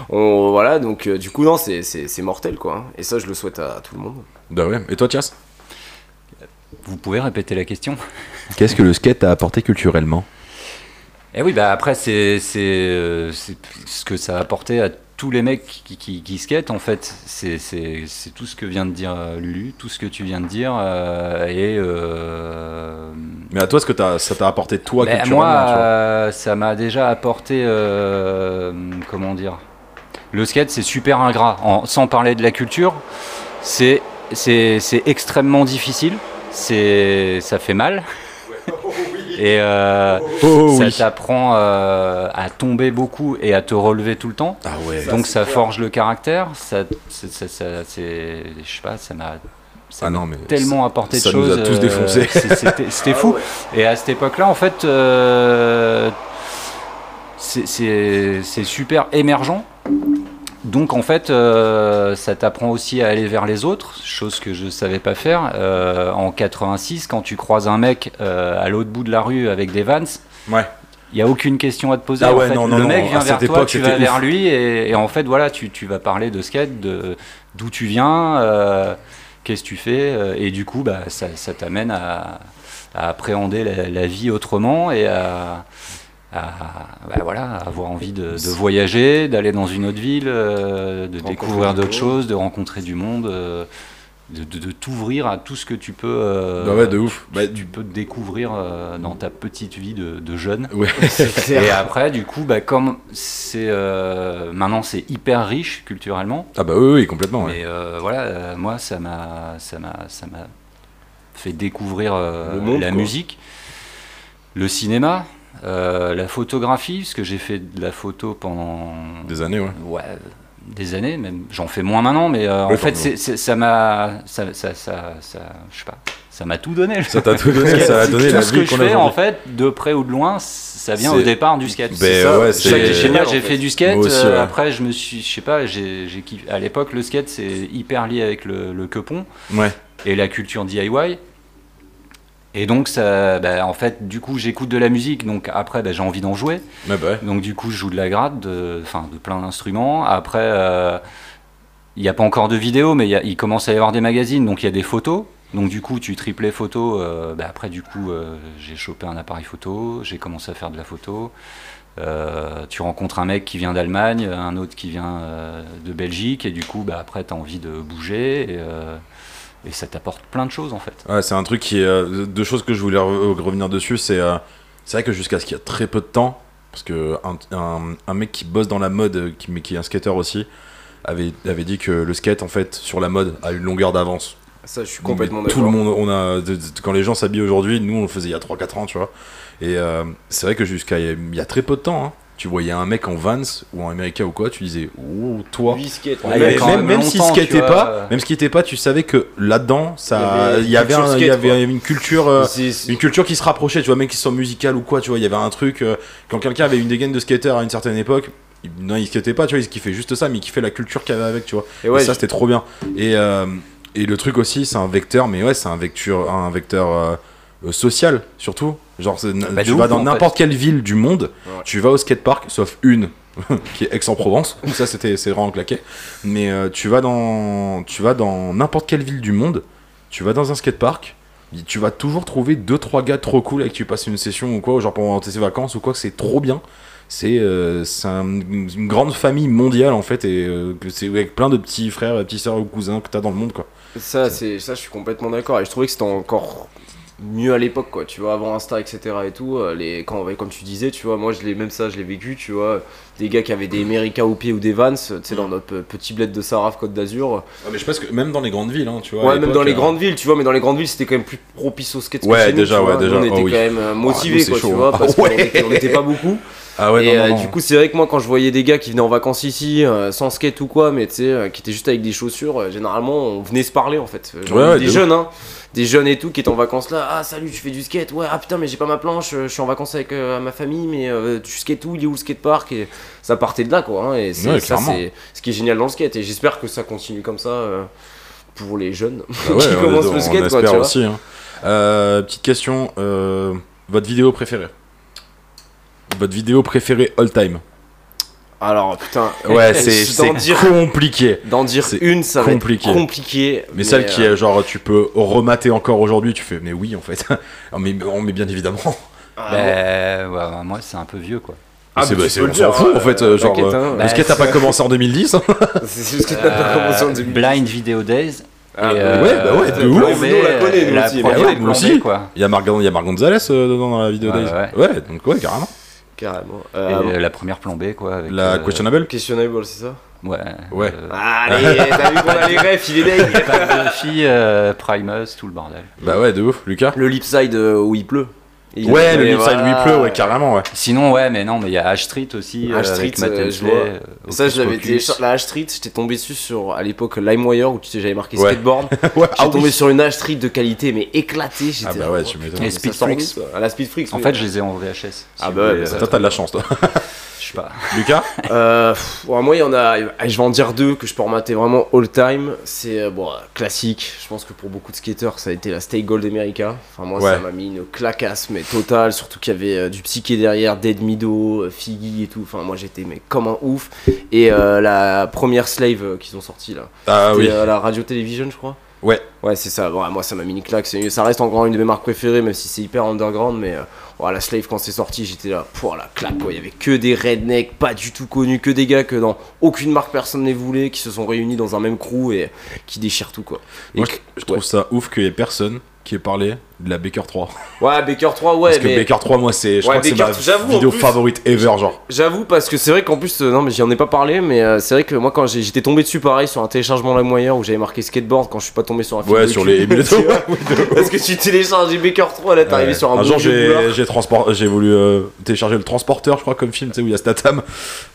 On, voilà, donc euh, du coup, non, c'est- c'est c'est mortel quoi. Et ça, je le souhaite à, tout le monde. Bah ouais. Et toi, Tias Vous pouvez répéter la question Qu'est-ce que le skate a apporté culturellement Eh oui, bah après, c'est c'est, euh, c'est ce que ça a apporté à tous les mecs qui, qui, qui skatent, en fait. C'est- C'est c'est tout ce que vient de dire euh, Lulu, tout ce que tu viens de dire. euh, et. euh, Mais à toi, est-ce que t'as- ça t'a apporté toi ben, culturellement moi, tu vois euh, ça m'a déjà apporté. euh, comment dire Le skate, c'est super ingrat. En- sans parler de la culture, c'est c'est- c'est extrêmement difficile. c'est- Ça fait mal. Et. euh, Oh, ça oui. t'apprend euh, à tomber beaucoup et à te relever tout le temps. Ah ouais. Donc c'est ça clair. forge le caractère. Ça, c'est- ça- ça- c'est, je sais pas, ça m'a ça Ah m'a non, mais. tellement apporté ça de nous a choses. euh, tous défoncés. c'est- c'était, c'était Ah fou. ouais. Et à cette époque-là, en fait, euh, c'est, c'est- c'est super émergent. Donc en fait, euh, ça t'apprend aussi à aller vers les autres, chose que je savais pas faire. Euh, en 86, quand tu croises un mec euh, à l'autre bout de la rue avec des vans, Ouais. il n'y a aucune question à te poser. Ah en ouais, fait. non, non, le non, mec à vient vers cette toi, époque, tu c'était vas ouf. vers lui et, et en fait, voilà, tu, tu vas parler de skate, de d'où tu viens, euh, qu'est-ce que tu fais, euh, et du coup, bah, ça, ça t'amène à, à appréhender la, la vie autrement et à, à- bah, voilà, à avoir envie de, de voyager, d'aller dans une autre ville, euh, de rencontrer découvrir du d'autres monde. choses, de rencontrer du monde, euh, de, de- de t'ouvrir à tout ce que tu peux. euh, Bah ouais, de ouf. Bah, tu, tu peux découvrir euh, dans ta petite vie de- de jeune. Ouais. C'est clair. Et après, du coup, bah, comme c'est euh, maintenant c'est hyper riche culturellement, Ah bah oui, oui, complètement. ouais. mais euh, voilà, euh, moi ça m'a ça m'a ça m'a fait découvrir euh, Le monde, la quoi. musique, le cinéma, euh, la photographie, parce que j'ai fait de la photo pendant Des années, ouais. ouais, des années, même j'en fais moins maintenant, mais euh, en Ouais, fait t'en- c'est- c'est- ça m'a ça ça ça, ça- je sais pas, ça m'a tout donné. Ça t'a tout donné, Parce que ça a donné tout la ce que vie je qu'on a fais, en aujourd'hui. fait, de près ou de loin, ça vient C'est- au départ du skate. Ben ça, ouais, c'est C'est ça qui est génial. en J'ai fait. fait du skate. Moi aussi, euh, ouais. Après, je me suis, je sais pas, j'ai, j'ai kiffé. À l'époque, le skate, c'est hyper lié avec le, le quepon Ouais. et la culture DIY. Et donc, ça, bah, en fait, du coup, j'écoute de la musique. Donc après, bah, j'ai envie d'en jouer. Ouais, bah ouais. Donc du coup, je joue de la grade, de, enfin, de plein d'instruments. Après, euh, il n'y a pas encore de vidéo, mais il y a- il commence à y avoir des magazines, donc il y a des photos. Donc du coup, tu triples les photos. euh, bah, après, du coup, euh, j'ai chopé un appareil photo, j'ai commencé à faire de la photo. Euh, tu rencontres un mec qui vient d'Allemagne, un autre qui vient euh, de Belgique, et du coup, bah, après, tu as envie de bouger, et, euh, et ça t'apporte plein de choses, en fait. Ouais, c'est un truc qui est. euh, deux choses que je voulais re- revenir dessus, c'est. euh, c'est vrai que jusqu'à ce qu'il y a très peu de temps, parce que un, un- un mec qui bosse dans la mode, euh, qui, mais qui est un skater aussi, avait, avait dit que le skate, en fait, sur la mode, a une longueur d'avance. Ça, je suis complètement Mais d'accord. Tout le monde, on a. de- de- quand les gens s'habillent aujourd'hui, nous, on le faisait il y a 3-4 ans, tu vois. Et euh, c'est vrai que jusqu'à. Il y a- il y a très peu de temps, hein. tu voyais un mec en Vans ou en America ou quoi, tu disais, oh, toi. Lui, skate. Ah, il y Mais avait quand même, même même s'il longtemps, skatait tu vois, pas, euh. même s'il était pas, tu savais que là-dedans, ça, il y avait, un- skate, il y avait quoi. une culture, euh, C'est- c'est- une culture qui se rapprochait, tu vois, même qui soit musicale ou quoi, tu vois, il y avait un truc. euh, quand quelqu'un avait une dégaine de skater à une certaine époque, il, non, il skatait pas, tu vois, il kiffait juste ça, mais il kiffait la culture qu'il y avait avec, tu vois. Et ouais, Et ça, c'était trop bien. Et, euh, et le truc aussi, c'est un vecteur, mais ouais, c'est un vecteur, un vecteur euh, euh, social, surtout. Genre, c'est- Bah, tu de vas ouf, dans en n'importe quelle ville du monde, Ouais. tu vas au skatepark, sauf une, qui est Aix-en-Provence, où ça, c'était c'est vraiment claqué. Mais euh, tu vas dans tu vas dans n'importe quelle ville du monde, tu vas dans un skatepark, y- tu vas toujours trouver deux trois gars trop cool avec qui tu passes une session ou quoi, ou genre pendant tes vacances ou quoi, que c'est trop bien. C'est euh, c'est un- une grande famille mondiale en fait, et euh, que c'est avec plein de petits frères, petits sœurs ou cousins que t'as dans le monde quoi. Ça, c'est ça, je suis complètement d'accord. Et je trouvais que c'était encore mieux à l'époque, quoi. Tu vois, avant Insta, etc. et tout. euh, Les, quand, ouais, comme tu disais, tu vois, moi, je l'ai même ça, je l'ai vécu, tu vois. Des gars qui avaient des America au pied ou des Vans, tu sais, Mm. dans notre euh, petit bled de Saraf, Côte d'Azur. Ah, mais je pense que même dans les grandes villes, hein, tu vois. Ouais, même dans les grandes villes, tu vois, mais dans les grandes villes, c'était quand même plus propice au skate. que euh. Ouais, chez nous, déjà, tu vois. ouais, déjà. Nous, On était Oh oui. quand même euh, motivés, nous, c'est quoi, chaud, tu hein. vois, parce Ah ouais. qu'on était- on n'était pas beaucoup. Ah ouais, et non, euh, non, du non. coup, c'est vrai que moi, quand je voyais des gars qui venaient en vacances ici, euh, sans skate ou quoi, mais tu sais, euh, qui étaient juste avec des chaussures, euh, généralement, on venait se parler en fait. Euh, genre, Ouais, ouais, des de jeunes, hein. Des jeunes et tout qui étaient en vacances là. Ah, salut, tu fais du skate. Ouais, ah putain, mais j'ai pas ma planche. euh, Je suis en vacances avec euh, ma famille, mais euh, tu skates où Il est où le skatepark Et ça partait de là, quoi. hein, et c'est Ouais, ça, clairement. c'est ce qui est génial dans le skate. Et j'espère que ça continue comme ça. euh, Pour les jeunes Ah ouais, qui on- commencent on le skate, quoi, espère tu vois. aussi. hein. Euh, petite question, euh, votre vidéo préférée Votre vidéo préférée all time Alors putain, Ouais, c'est d'en c'est dire, compliqué. d'en dire c'est une, ça compliqué. va être compliqué. Mais, celle qui euh, est genre, tu peux remater encore aujourd'hui, tu fais, mais oui, en fait. Ah, mais, oh, mais bien évidemment. ah, Ben, ouais, moi, c'est un peu vieux, quoi. Ah, C'est- mais bah, tu c'est- peux on le s'en dire, fout, hein, en fait. euh, euh, genre, t'inquiète, euh, hein. le skate n'a pas commencé en 2010. C'est juste que t'as Euh, pas commencé en 2000. Blind Video Days. Ah, et, ouais, bah ouais, de Plombé, ouf. Nous, on la connaît, nous la aussi, mais première ouais, nous Plombé, aussi. quoi. Il y a Margot, il y a Marc Gonzalez euh, dedans dans la vidéo Ouais, d'Aze. ouais. ouais, donc ouais, carrément. Carrément. Et, Euh, euh, la première plombée, quoi. Avec, La euh, questionable Questionable, c'est ça Ouais. Ouais. euh, Allez, t'as vu qu'on a les refs, il est dingue Pack de filles, euh, Primus, tout le bordel. Bah ouais, de ouf, Lucas. Le lip side euh, où il pleut. Il- Ouais, mais le Lip Side voilà. lui pleut, ouais, carrément, ouais. Sinon, ouais, mais non, mais il y a H Street aussi, H euh, Street, avec Matt euh, je Hensley, vois. euh, Ça, Hocus je l'avais Pocus. téléchargé. La H-Street, j'étais tombé dessus sur à l'époque LimeWire où tu sais, j'avais marqué Ouais. skateboard. Ouais, J'étais ah tombé oui. sur une H-Street de qualité, mais éclatée. j'étais Ah bah là, ouais, oh, tu putain, m'étonnes. mais Et ça Speed sort Freaks. d'où, ça Ah, la Speed Freaks. En oui. fait, je les ai en VHS. si Ah vous bah, voulez, ouais, euh, Toi, t'as de la chance, toi. je sais pas. Lucas Euh, pff, ouais, moi, il y en a. eh, Je vais en dire deux que je peux remater vraiment all time. C'est euh, bon, euh, classique. Je pense que pour beaucoup de skateurs, ça a été la Stay Gold America. Enfin, moi, Ouais. ça m'a mis une clacasse, mais totale. Surtout qu'il y avait euh, du psyché derrière, Dead Mido, euh, Figgy et tout. Enfin, moi, j'étais mais comme un ouf. Et euh, la première Slave euh, qu'ils ont sortie là. Ah C'était, oui. euh, la radio télévision, je crois. Ouais. Ouais, c'est ça. Ouais, moi, ça m'a mis une claque. C'est- Ça reste encore une de mes marques préférées, même si c'est hyper underground. Mais euh, ouais, la Slave, quand c'est sorti, j'étais là. Pour la claque, quoi. Il y avait que des rednecks, pas du tout connus, que des gars que dans aucune marque personne ne les voulait, qui se sont réunis dans un même crew et qui déchirent tout, quoi. Et Moi, que- je, je trouve ça ouf qu'il y ait personne qui ait parlé de la Baker 3. Ouais, Baker 3, ouais, Parce que mais. Baker 3, moi, c'est, je Ouais, crois que c'est Baker, ma j'avoue, en vidéo plus. favorite ever, genre. J'avoue parce que c'est vrai qu'en plus euh, non mais j'en ai pas parlé mais euh, c'est vrai que moi quand j'ai- j'étais tombé dessus pareil sur un téléchargement LimeWire où j'avais marqué skateboard quand je suis pas tombé sur un film Ouais, de sur cul. les émulateurs. Tu vois parce que tu télécharges du Baker 3 là t'es arrivé Ouais. sur un, bon jour, vieux boulard. j'ai, j'ai, transpor- j'ai voulu euh, télécharger le transporteur, je crois, comme film, tu sais, où il y a Statham.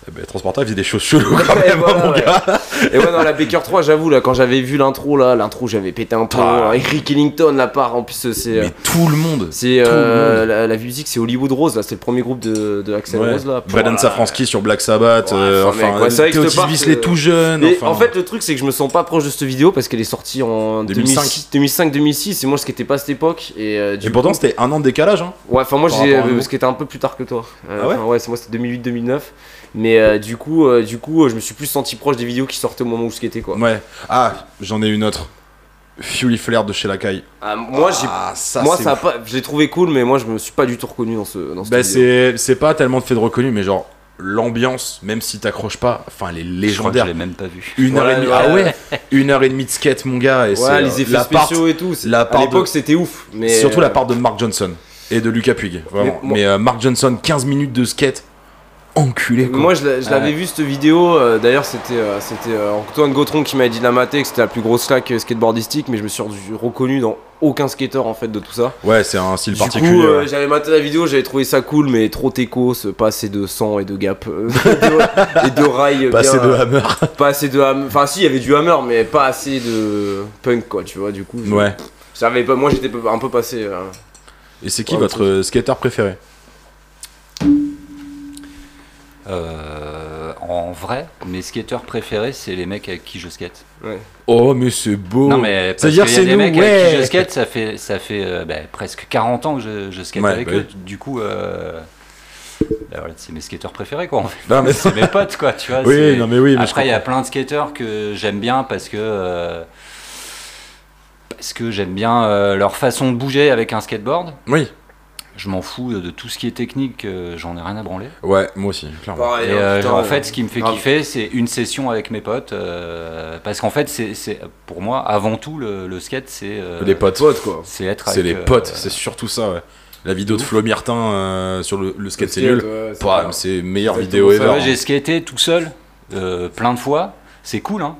Eh ben, transporteur, il faisait des choses cheloues quand Ouais, même, hein, voilà, mon ouais. gars. Et ouais, non, la Baker 3, j'avoue, là, quand j'avais vu l'intro, là, l'intro, j'avais pété un plomb. Ah. hein. Et Rick Ellington, la part, en plus, euh, c'est. euh, Mais tout le monde. C'est tout le euh, la, la musique, c'est Hollywood Rose, là, c'est le premier groupe de, de Axel Ouais. Rose, là. Pour, euh, Brendan voilà. Safranski sur Black Sabbath, Ouais, euh, enfin, mec, enfin, ouais, c'est vrai que Théotis cette part, Bisley euh, tout jeune. Mais enfin. en fait, le truc, c'est que je me sens pas proche de cette vidéo parce qu'elle est sortie en 2005. 2005-2006, et moi, je skatais pas à cette époque. Et, euh, du et pourtant, coup- c'était un an de décalage, hein. Ouais, enfin moi Par j'ai rapport à nous. euh, skaté un peu plus tard que toi. Euh, Ah ouais enfin, Ouais, c'est moi c'était 2008-2009. Mais euh, du coup, euh, du coup, euh, je me suis plus senti proche des vidéos qui sortaient au moment où je skatais quoi. Ouais. Ah, j'en ai une autre. Fury Flair de chez Lacaille. Ah, moi j'ai, Ah, ça, moi c'est ça a ouf. pas, je l'ai trouvé cool, mais moi je me suis pas du tout reconnu dans ce, dans cette Bah, vidéo. c'est c'est pas tellement de fait de reconnu, mais genre, l'ambiance, même si t'accroches pas, enfin, elle est Je crois que je légendaire. l'ai même pas vu. Une heure Ouais, et demie. ouais. Ah ouais Une heure et demie de skate, mon gars. Et c'est, Ouais, euh, les effets la part- spéciaux et tout. c'est- la à part l'époque de- c'était ouf. Mais euh, Surtout la part de Mark Johnson et de Lucas Puig. Vraiment. Mais Mais, moi- euh, Mark Johnson, 15 minutes de skate. enculé quoi. Moi, je l'a- je Ouais. l'avais vu cette vidéo. euh, D'ailleurs, c'était euh, c'était euh, Antoine Gautron qui m'a dit de la mater, que c'était la plus grosse slack euh, skateboardistique, mais je me suis rendu- reconnu dans aucun skater en fait de tout ça. Ouais, c'est un style Du particulier. coup, euh, ouais. j'avais maté la vidéo, j'avais trouvé ça cool, mais trop teco, ce pas assez de sang et de gap, euh, de- et de rail, Pas assez de hammer. hammer. pas assez de ham- Enfin, si, il y avait du hammer, mais pas assez de punk, quoi, tu vois. Du coup, je- Ouais. j'avais pas, moi j'étais un peu passé. euh, Et c'est qui Ouais, votre euh, skater préféré Euh, en vrai, mes skateurs préférés, c'est les mecs avec qui je skate. Oh, mais c'est beau. Non, mais parce C'est-à-dire, qu'il y a c'est des nous, mecs ouais. avec qui je skate, ça fait, ça fait euh, bah, presque 40 ans que je, je skate Ouais, avec bah eux. Du coup, euh, bah, voilà, c'est mes skateurs préférés, quoi. en fait. Non, mais- c'est mes potes, quoi, tu vois. Oui, c'est- non, mais oui, mais je Après, il y a comprends. plein de skateurs que j'aime bien parce que. euh, parce que j'aime bien euh, leur façon de bouger avec un skateboard. Oui. Je m'en fous de tout ce qui est technique, euh, j'en ai rien à branler. Ouais, moi aussi, clairement. pareil, Et hein, euh, putain, en euh, fait, ce qui me fait grave. kiffer, c'est une session avec mes potes. euh, parce qu'en fait, c'est c'est- pour moi, avant tout, le, le skate, c'est euh, Les potes. potes, quoi. c'est être C'est avec, les euh, potes, c'est surtout ça, ouais. La vidéo de Flo Myrtin euh, sur le, le skate, c'est nul. ouais, c'est Pouah, clair. C'est meilleure C'est vidéo exactement Ouais, ça. ever. hein. J'ai skaté tout seul, euh, plein de fois. C'est cool, hein.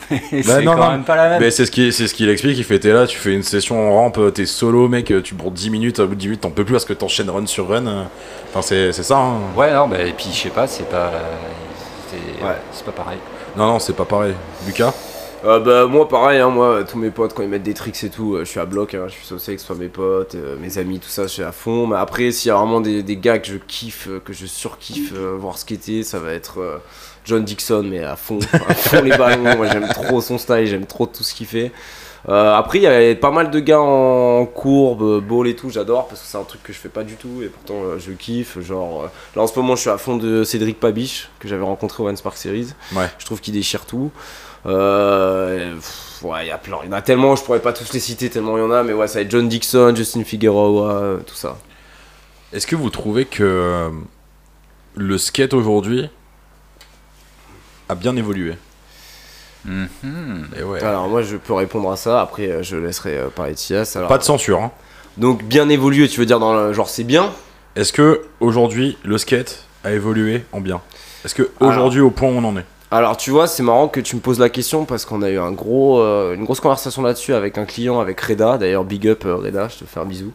Mais c'est Bah non, quand non, même pas la même. Mais c'est ce qu'il ce qu'il explique, il fait t'es là, tu fais une session en rampe, euh, t'es solo mec, euh, tu bourres 10 minutes, au bout de 10 minutes t'en peux plus parce que t'enchaînes run sur run. euh. Enfin c'est c'est ça. hein. Ouais, non, bah, et puis je sais pas, c'est pas. C'est Ouais. c'est pas pareil. Non non c'est pas pareil. Lucas Euh, bah moi pareil hein, moi tous mes potes quand ils mettent des tricks et tout euh, je suis à bloc hein, je suis saucé que ce soit mes potes euh, mes amis tout ça je suis à fond mais après s'il y a vraiment des, des gars que je kiffe euh, que je surkiffe euh, voir skater ça va être euh, John Dixon mais à fond à fond les ballons moi j'aime trop son style j'aime trop tout ce qu'il fait Euh, après il y avait pas mal de gars en courbe euh, ball et tout j'adore parce que c'est un truc que je fais pas du tout et pourtant euh, je kiffe genre euh, là en ce moment je suis à fond de Cédric Pabiche que j'avais rencontré au One Spark Series Ouais. je trouve qu'il déchire tout euh, pff, ouais, il y a plein. Il y en a tellement, je pourrais pas tous les citer, tellement il y en a, mais ouais, ça va être John Dixon, Justin Figueroa, euh, tout ça. Est-ce que vous trouvez que euh, le skate aujourd'hui a bien évolué Mhm. Et ouais. Alors, moi, je peux répondre à ça, après, euh, je laisserai euh, parler Tias. alors. Pas de censure. hein. Donc, bien évolué, tu veux dire, dans le genre, c'est bien Est-ce que aujourd'hui le skate a évolué en bien Est-ce que Alors- aujourd'hui au point où on en est Alors, tu vois, c'est marrant que tu me poses la question parce qu'on a eu un gros, euh, une grosse conversation là-dessus avec un client, avec Reda. D'ailleurs, big up euh, Reda, je te fais un bisou.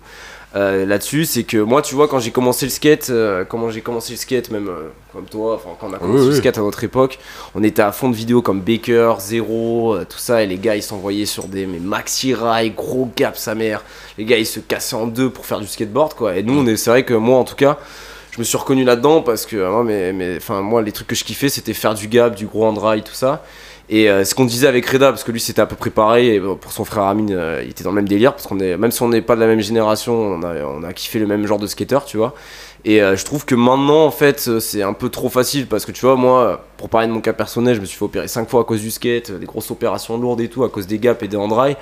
Euh, là-dessus, c'est que moi, tu vois, quand j'ai commencé le skate, euh, comment j'ai commencé le skate, même euh, comme toi, enfin, quand on a commencé Oui, le oui. skate à notre époque, on était à fond de vidéos comme Baker, Zero, euh, tout ça, et les gars, ils s'envoyaient sur des mais maxi rails, gros gap sa mère. Les gars, ils se cassaient en deux pour faire du skateboard, quoi. Et nous, on est, c'est vrai que moi, en tout cas, je me suis reconnu là-dedans parce que euh, moi, mais, mais, enfin, moi, les trucs que je kiffais, c'était faire du gap, du gros hand rail, tout ça. Et euh, ce qu'on disait avec Reda, parce que lui c'était à peu près pareil, et, bon, pour son frère Amine, euh, il était dans le même délire, parce qu'on est, même si on n'est pas de la même génération, on a, on a kiffé le même genre de skater, tu vois. Et euh, je trouve que maintenant, en fait, euh, c'est un peu trop facile, parce que tu vois, moi, euh, pour parler de mon cas personnel, je me suis fait opérer 5 fois à cause du skate, euh, des grosses opérations lourdes et tout, à cause des gaps et des hand-rails.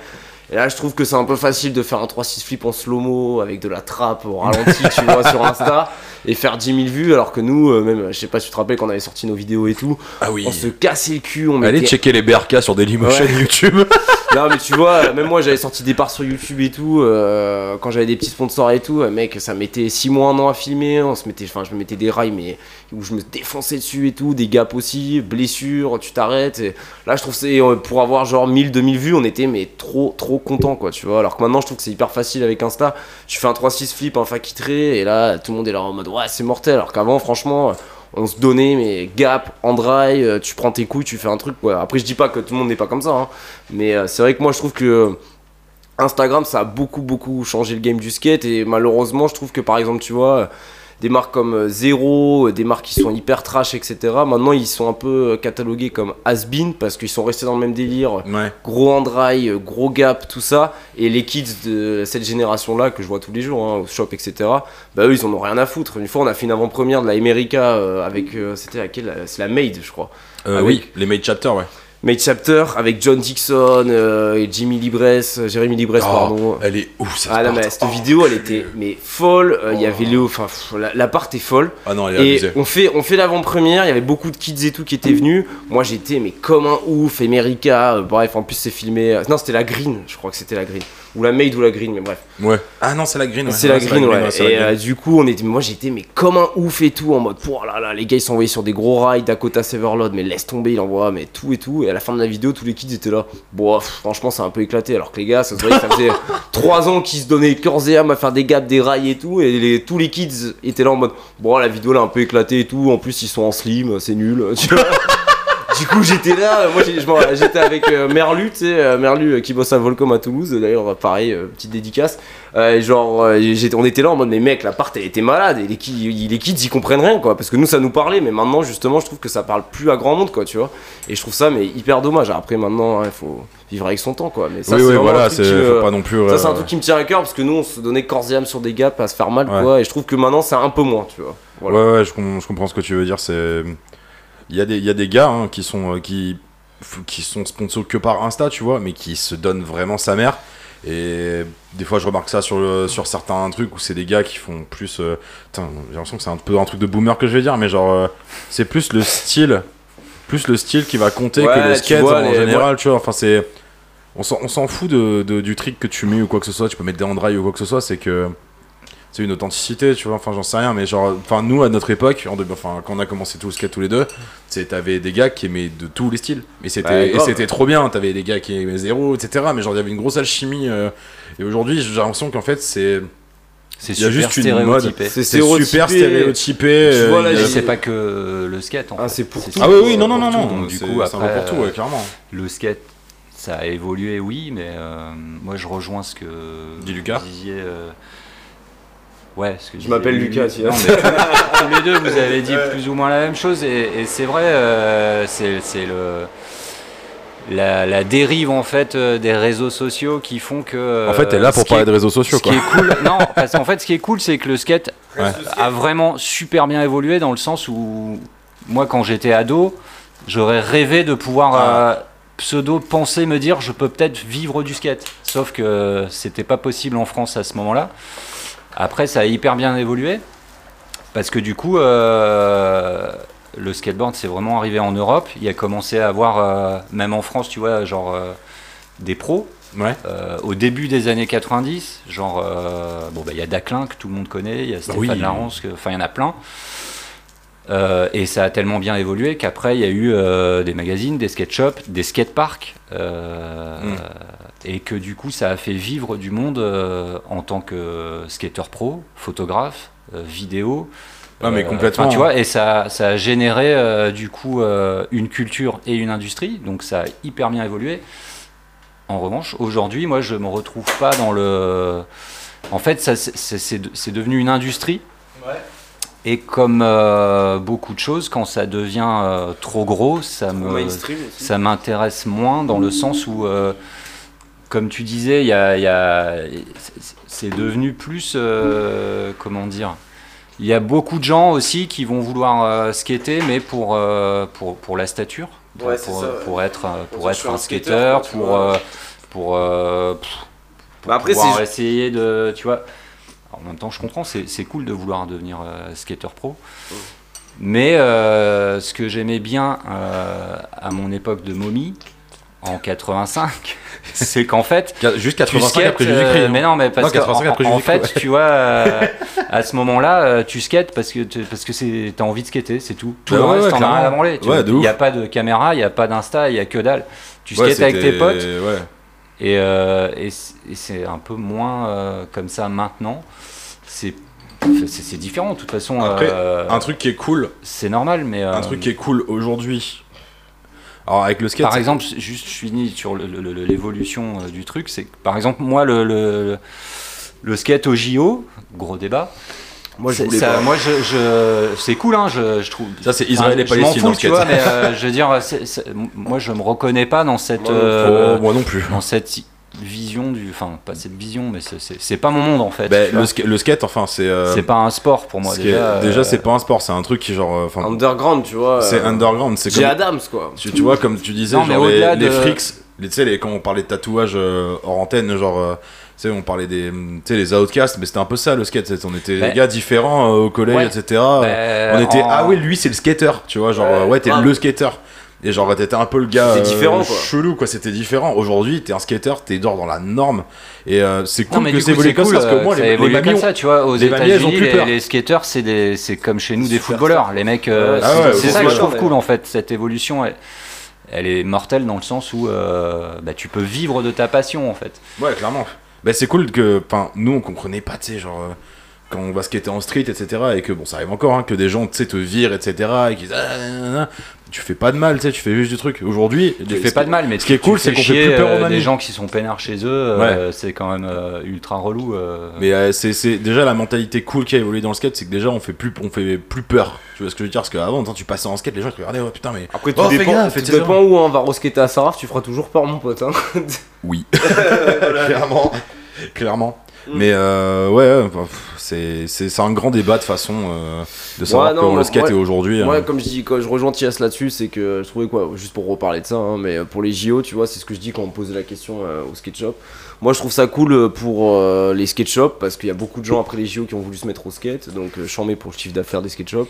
Et là, je trouve que c'est un peu facile de faire un 3-6 flip en slow-mo, avec de la trappe au ralenti, tu vois, sur Insta, et faire 10 000 vues, alors que nous, euh, même, je sais pas si tu te rappelles qu'on avait sorti nos vidéos et tout, Ah oui. on se cassait le cul, on mettait Allez checker les BRK sur Dailymotion YouTube. non mais tu vois, même moi j'avais sorti des parts sur YouTube et tout, euh, quand j'avais des petits sponsors et tout, euh, mec ça mettait 6 mois, un an à filmer, on se mettait, enfin je me mettais des rails mais où je me défonçais dessus et tout, des gaps aussi, blessures, tu t'arrêtes. et Là je trouve que c'est euh, pour avoir genre 1000, 2000 vues, on était mais trop trop content quoi, tu vois. Alors que maintenant je trouve que c'est hyper facile avec Insta, tu fais un 3-6 flip, un faquitré et là tout le monde est là en mode ouais c'est mortel, alors qu'avant franchement euh, on se donnait mais gap, hand rail, euh, tu prends tes coups, tu fais un truc quoi. Après je dis pas que tout le monde n'est pas comme ça, hein. Mais euh, c'est vrai que moi, je trouve que euh, Instagram, ça a beaucoup, beaucoup changé le game du skate. Et malheureusement, je trouve que par exemple, tu vois, euh, des marques comme euh, Zero, euh, des marques qui sont hyper trash, etc. Maintenant, ils sont un peu euh, catalogués comme has-been parce qu'ils sont restés dans le même délire. ouais. Gros hand-rail, euh, gros gap, tout ça. Et les kids de cette génération-là, que je vois tous les jours, hein, au shop, etc., bah eux, ils en ont rien à foutre. Une fois, on a fait une avant-première de la America euh, avec. euh, C'était laquelle C'est la Made, je crois. Euh, Avec- oui, les Made Chapter, ouais. Made Chapter avec John Dixon, euh, et Jimmy Libres, Jérémy Libres, Oh, pardon. Elle est ouf, cette Ah non, part. mais cette Oh, vidéo, elle je- était mais folle. euh, Il y Oh. avait Léo, enfin, pff, la, la part est folle. Ah non, elle est Et abusée. on fait, on fait l'avant-première, il y avait beaucoup de kids et tout qui étaient venus. Moi j'étais mais comme un ouf, America, euh, bref, en plus c'est filmé. euh, non, c'était la Green, je crois que c'était la Green. Ou la Maid ou la Green, mais bref. Ouais. Ah non, c'est la green. ouais. c'est la Ouais, Green, ouais. c'est la et green. euh, du coup, on était, moi j'étais mais comme un ouf et tout, en mode, oh là là, les gars ils sont envoyés sur des gros rails, Dakota Severlord, mais laisse tomber, il envoie, mais tout et tout. Et à la fin de la vidéo, tous les kids étaient là, bon, pff, franchement, c'est un peu éclaté. Alors que les gars, ça se voyait, que ça faisait 3 ans qu'ils se donnaient corps et âme à faire des gaps, des rails et tout. Et les- tous les kids étaient là en mode, bon, la vidéo elle est un peu éclatée et tout, en plus ils sont en slim, c'est nul, tu vois. Du coup, j'étais là, euh, moi j'ai- je m'en- j'étais avec euh, Merlu, tu sais, euh, Merlu euh, qui bosse à Volcom à Toulouse, euh, d'ailleurs, euh, pareil, euh, petite dédicace. Euh, genre, euh, j'étais- on était là en mode, mais mec, la part elle était malade, et les, ki- les kids ils comprennent rien, quoi, parce que nous ça nous parlait, mais maintenant justement, je trouve que ça parle plus à grand monde, quoi, tu vois. Et je trouve ça, mais hyper dommage. Après, maintenant, hein, il faut vivre avec son temps, quoi. Mais ça, oui, c'est oui, vraiment un voilà, truc c'est qui me- faut pas non plus. ça, c'est un euh, truc qui me tient à cœur, parce que nous on se donnait corps et âme sur des gaps à se faire mal, Ouais. quoi, et je trouve que maintenant c'est un peu moins, tu vois. Voilà. Ouais, ouais, je, com- je comprends ce que tu veux dire. C'est il y a des il y a des gars hein, qui sont euh, qui f- qui sont sponsors que par Insta, tu vois, mais qui se donnent vraiment sa mère. Et des fois, je remarque ça sur le- sur certains trucs où c'est des gars qui font plus. euh, putain, j'ai l'impression que c'est un peu un truc de boomer que je vais dire, mais genre euh, c'est plus le style, plus le style qui va compter Ouais, que le tu skate vois, en les- général, tu vois. Enfin, c'est on s'en on s'en fout de, de- du trick que tu mets ou quoi que ce soit. Tu peux mettre des handrails ou quoi que ce soit. C'est que c'est une authenticité, tu vois. Enfin, j'en sais rien, mais genre, enfin, nous à notre époque, en deux- enfin, quand on a commencé tout le skate tous les deux, c'est t'avais des gars qui aimaient de tous les styles, mais c'était Ouais, et grave. c'était trop bien. T'avais des gars qui aimaient zéro, etc. Mais genre, il y avait une grosse alchimie. euh, et aujourd'hui, j'ai l'impression qu'en fait, c'est C'est Il y a super juste une stéréotypé. C'est c'est super stéréotypé. stéréotypé. Tu vois, euh, là, il y a- Et j'ai- c'est pas que le skate. En Ah, fait. c'est pour tout. Ah oui, oui, non, pour non, non, tout. non. Donc, du c'est- coup, euh, c'est un euh, après, peu pour tout, ouais, clairement. le skate, ça a évolué, oui, mais euh, moi je rejoins ce que Dis Lucas. vous disiez. euh, Ouais, ce que disait m'appelle Lulu. Lucas, sinon. Non, mais tous, tous les deux, vous avez dit plus ou moins la même chose, et, et c'est vrai, euh, c'est c'est le. La, la dérive en fait euh, des réseaux sociaux qui font que. En fait, t'es là pour parler de réseaux euh, ce sociaux, qui quoi. est cool, non, parce qu'en fait, ce qui est cool, c'est que le skate Ouais. a vraiment super bien évolué dans le sens où moi quand j'étais ado, j'aurais rêvé de pouvoir Ah. euh, pseudo penser me dire je peux peut-être vivre du skate. Sauf que c'était pas possible en France à ce moment-là. Après ça a hyper bien évolué parce que du coup euh, le skateboard c'est vraiment arrivé en Europe. Il a commencé à avoir euh, même en France tu vois genre euh, des pros Ouais. euh, au début des années 90, genre, euh, bon, bah, il y a Daclin que tout le monde connaît, il y a Stéphane Ah oui. Larance, que- enfin, il y en a plein. Euh, et ça a tellement bien évolué qu'après, il y a eu euh, des magazines, des skate shops, des skate parks, euh, Mm. et que du coup, ça a fait vivre du monde euh, en tant que skater pro, photographe, euh, vidéo. Ah, mais Euh, complètement. enfin, tu vois, et ça, ça a généré euh, du coup euh, une culture et une industrie, donc ça a hyper bien évolué. En revanche, aujourd'hui, moi, je me retrouve pas dans le. En fait, ça, c'est- c'est c'est de- c'est devenu une industrie. Et comme euh, beaucoup de choses, quand ça devient euh, trop gros, ça me ça m'intéresse moins dans le sens où, euh, comme tu disais, il y a- il y a- c'est- c'est devenu plus, euh, comment dire, il y a beaucoup de gens aussi qui vont vouloir euh, skater, mais pour, euh, pour, pour la stature, pour, Ouais, c'est pour, ça, ouais. pour être, euh, Pour pour dire, je suis être un un skateur, quoi, skater, tu pour, vois. euh, pour, euh, pff, pour Bah après, pouvoir c'est- essayer de, tu vois, alors, en même temps, je comprends, c'est c'est cool de vouloir devenir euh, skater pro. Mm. Mais euh, ce que j'aimais bien euh, à mon époque de momie, en 85, c'est qu'en fait, Qu- Juste tu 85 skates, après euh, Jésus-Christ. mais hein. non, mais parce Non, 85 que en- après en, Jésus-Christ, fait, tu vois, euh, à ce moment-là, euh, tu skates parce que tu parce que c'est t'as envie de skater, c'est tout. Tout Bah le ouais, reste, ouais, t'en as rien à clairement. branler. tu Ouais, vois. de Il n'y a ouf. pas de caméra, il n'y a pas d'insta, il n'y a que dalle. Tu Ouais, skates avec tes c'était- potes. Ouais. Et, euh, et c- et c'est un peu moins euh, comme ça maintenant. C'est c'est- c'est différent, de toute façon. Après, euh, Un truc qui est cool, c'est normal, mais. euh, un truc qui est cool aujourd'hui. Alors avec le skate, Par exemple, je- juste je finis sur le- le- le- l'évolution euh, du truc. C'est que, par exemple, moi, le, le, le skate au JO, gros débat. Moi c'est- ça- moi, je- je- c'est cool, hein, je, je trouve. ça c'est Israël et Enfin, je m'en Palestine dans fous, le tu skate. vois, mais euh, je veux dire, c'est- c'est- moi, je me reconnais pas dans cette. Moi non plus. euh, Oh, moi non plus. dans cette vision vision du. Enfin, pas cette vision, mais c'est- c'est c'est pas mon monde en fait. Ben, tu vois. le, ska- le skate, enfin, c'est. euh, c'est pas un sport pour moi ce qui est- déjà. euh, c'est pas un sport, c'est un truc qui, genre. euh, enfin, Underground, tu vois. c'est euh, underground. C'est J. comme- Adams, quoi. Tu, tu vois, comme tu disais, Non, mais genre, les, au-delà les de- frics, les, tu sais, les- quand on parlait de tatouage euh, hors antenne, genre, euh, tu sais, on parlait des tu sais, les outcasts, mais c'était un peu ça le skate. c'est- On était Ouais. des gars différents euh, au collège, Ouais. etc. euh, on était, en- ah oui, lui c'est le skater, tu vois, genre, Ouais, euh, ouais, t'es grave. le skater. Et genre, t'étais un peu le gars euh, C'était différent, quoi. chelou, quoi, c'était différent. Aujourd'hui, t'es un skater, t'es dehors dans la norme. Et euh, c'est Non, cool mais que du coup, c'est évolué c'est comme cool, euh, ça, parce que moi, ça les, les évolue mamies comme ont- ça, tu vois, aux les mamies, elles ont États-Unis, plus peur. les, les skateurs, c'est des- c'est comme chez nous des Superstars. footballeurs. Les mecs, euh, Ouais, c'est Ah ouais, c'est ouais, ça que ouais. je trouve Ouais. cool en fait, cette évolution. Elle, elle est mortelle dans le sens où euh, bah, tu peux vivre de ta passion en fait. Ouais, clairement. Bah, c'est cool que, enfin, nous, on comprenait pas, tu sais, genre, euh, quand on va skater en street, etc., et que, bon, ça arrive encore, hein, que des gens, tu sais, te virent, etc., et qu'ils disent, Ah, nanana. tu fais pas de mal, tu sais, tu fais juste du truc. Aujourd'hui, Tu fais pas de mal, mais ce qui est cool, c'est qu'on fait plus peur aux des mamies. gens qui sont peinards chez eux. euh, c'est quand même euh, ultra relou. euh. Mais euh, c'est, c'est déjà la mentalité cool qui a évolué dans le skate, c'est que déjà, on fait plus, on fait plus peur. Tu vois ce que je veux dire Parce qu'avant, quand tu passais en skate, les gens te regardaient, oh putain, mais. Après, Oh, tout fais dépend, gaffe, tout etc. dépend où hein, on va rosqueter à Saraf, tu feras toujours peur, mon pote. Hein. Oui. clairement. Clairement. Mm. Mais euh, ouais, ouais, bah, pff, c'est, c'est, c'est un grand débat de façon euh, de savoir non, comment moi- le skate moi- est aujourd'hui. Moi, euh, comme je dis, quand je rejoins Thias là-dessus, c'est que je trouvais quoi, juste pour reparler de ça, hein, mais euh, pour les JO, tu vois, c'est ce que je dis quand on me posait la question euh, au skate shop. Moi, je trouve ça cool euh, pour euh, les skate shops parce qu'il y a beaucoup de gens après les JO qui ont voulu se mettre au skate, donc euh, j'en mets pour le chiffre d'affaires des skate shops.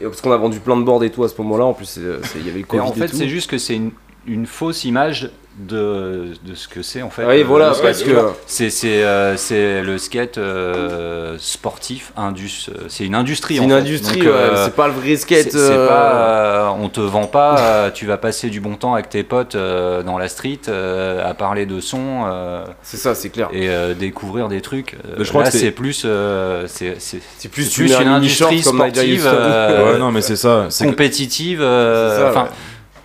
Et parce qu'on a vendu plein de boards et tout à ce moment-là, en plus, c'est- euh, c'est- il y avait le Mais Covid en et fait, tout. c'est juste que c'est une, une fausse image de, de ce que c'est en fait. Ah oui, euh, voilà, le skate. parce ouais, que. ouais. C'est c'est, euh, c'est le skate euh, sportif, indus, euh, c'est une industrie. C'est en une fait. industrie, Donc, euh, ouais, c'est pas le vrai c'est- skate. c'est euh, pas, euh, on te vend pas, euh, tu vas passer du bon temps avec tes potes euh, dans la street euh, à parler de son euh, C'est ça, c'est clair. et euh, découvrir des trucs. Euh, Bah, Mais je crois là, que c'est- c'est plus, euh, c'est c'est C'est c'est plus une industrie sportive euh, ouais, non, mais c'est ça. C'est que- compétitive. euh, C'est ça, enfin, ouais.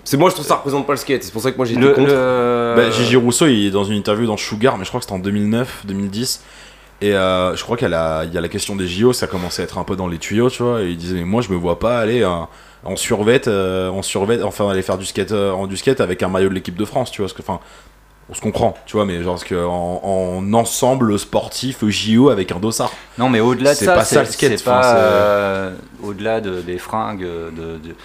C'est moi, je trouve que ça représente pas le skate. C'est pour ça que moi, j'ai le, été contre. le- Bah, Gigi Rousseau, il est dans une interview dans Sugar, mais je crois que c'était en 2009, 2010. Et euh, je crois qu'il y a la- il y a la question des JO, ça commençait à être un peu dans les tuyaux, tu vois. Et il disait, mais moi, je me vois pas aller euh, en survette, euh, en survette, enfin aller faire du skate, euh, en du skate avec un maillot de l'équipe de France, tu vois. Parce que, enfin, on se comprend, tu vois, mais genre, parce que en, en ensemble sportif JO avec un dossard. Non, mais au-delà de C'est ça, pas ça, c'est le skate, c'est pas enfin, c'est- euh, au-delà de, des fringues, euh, de, de-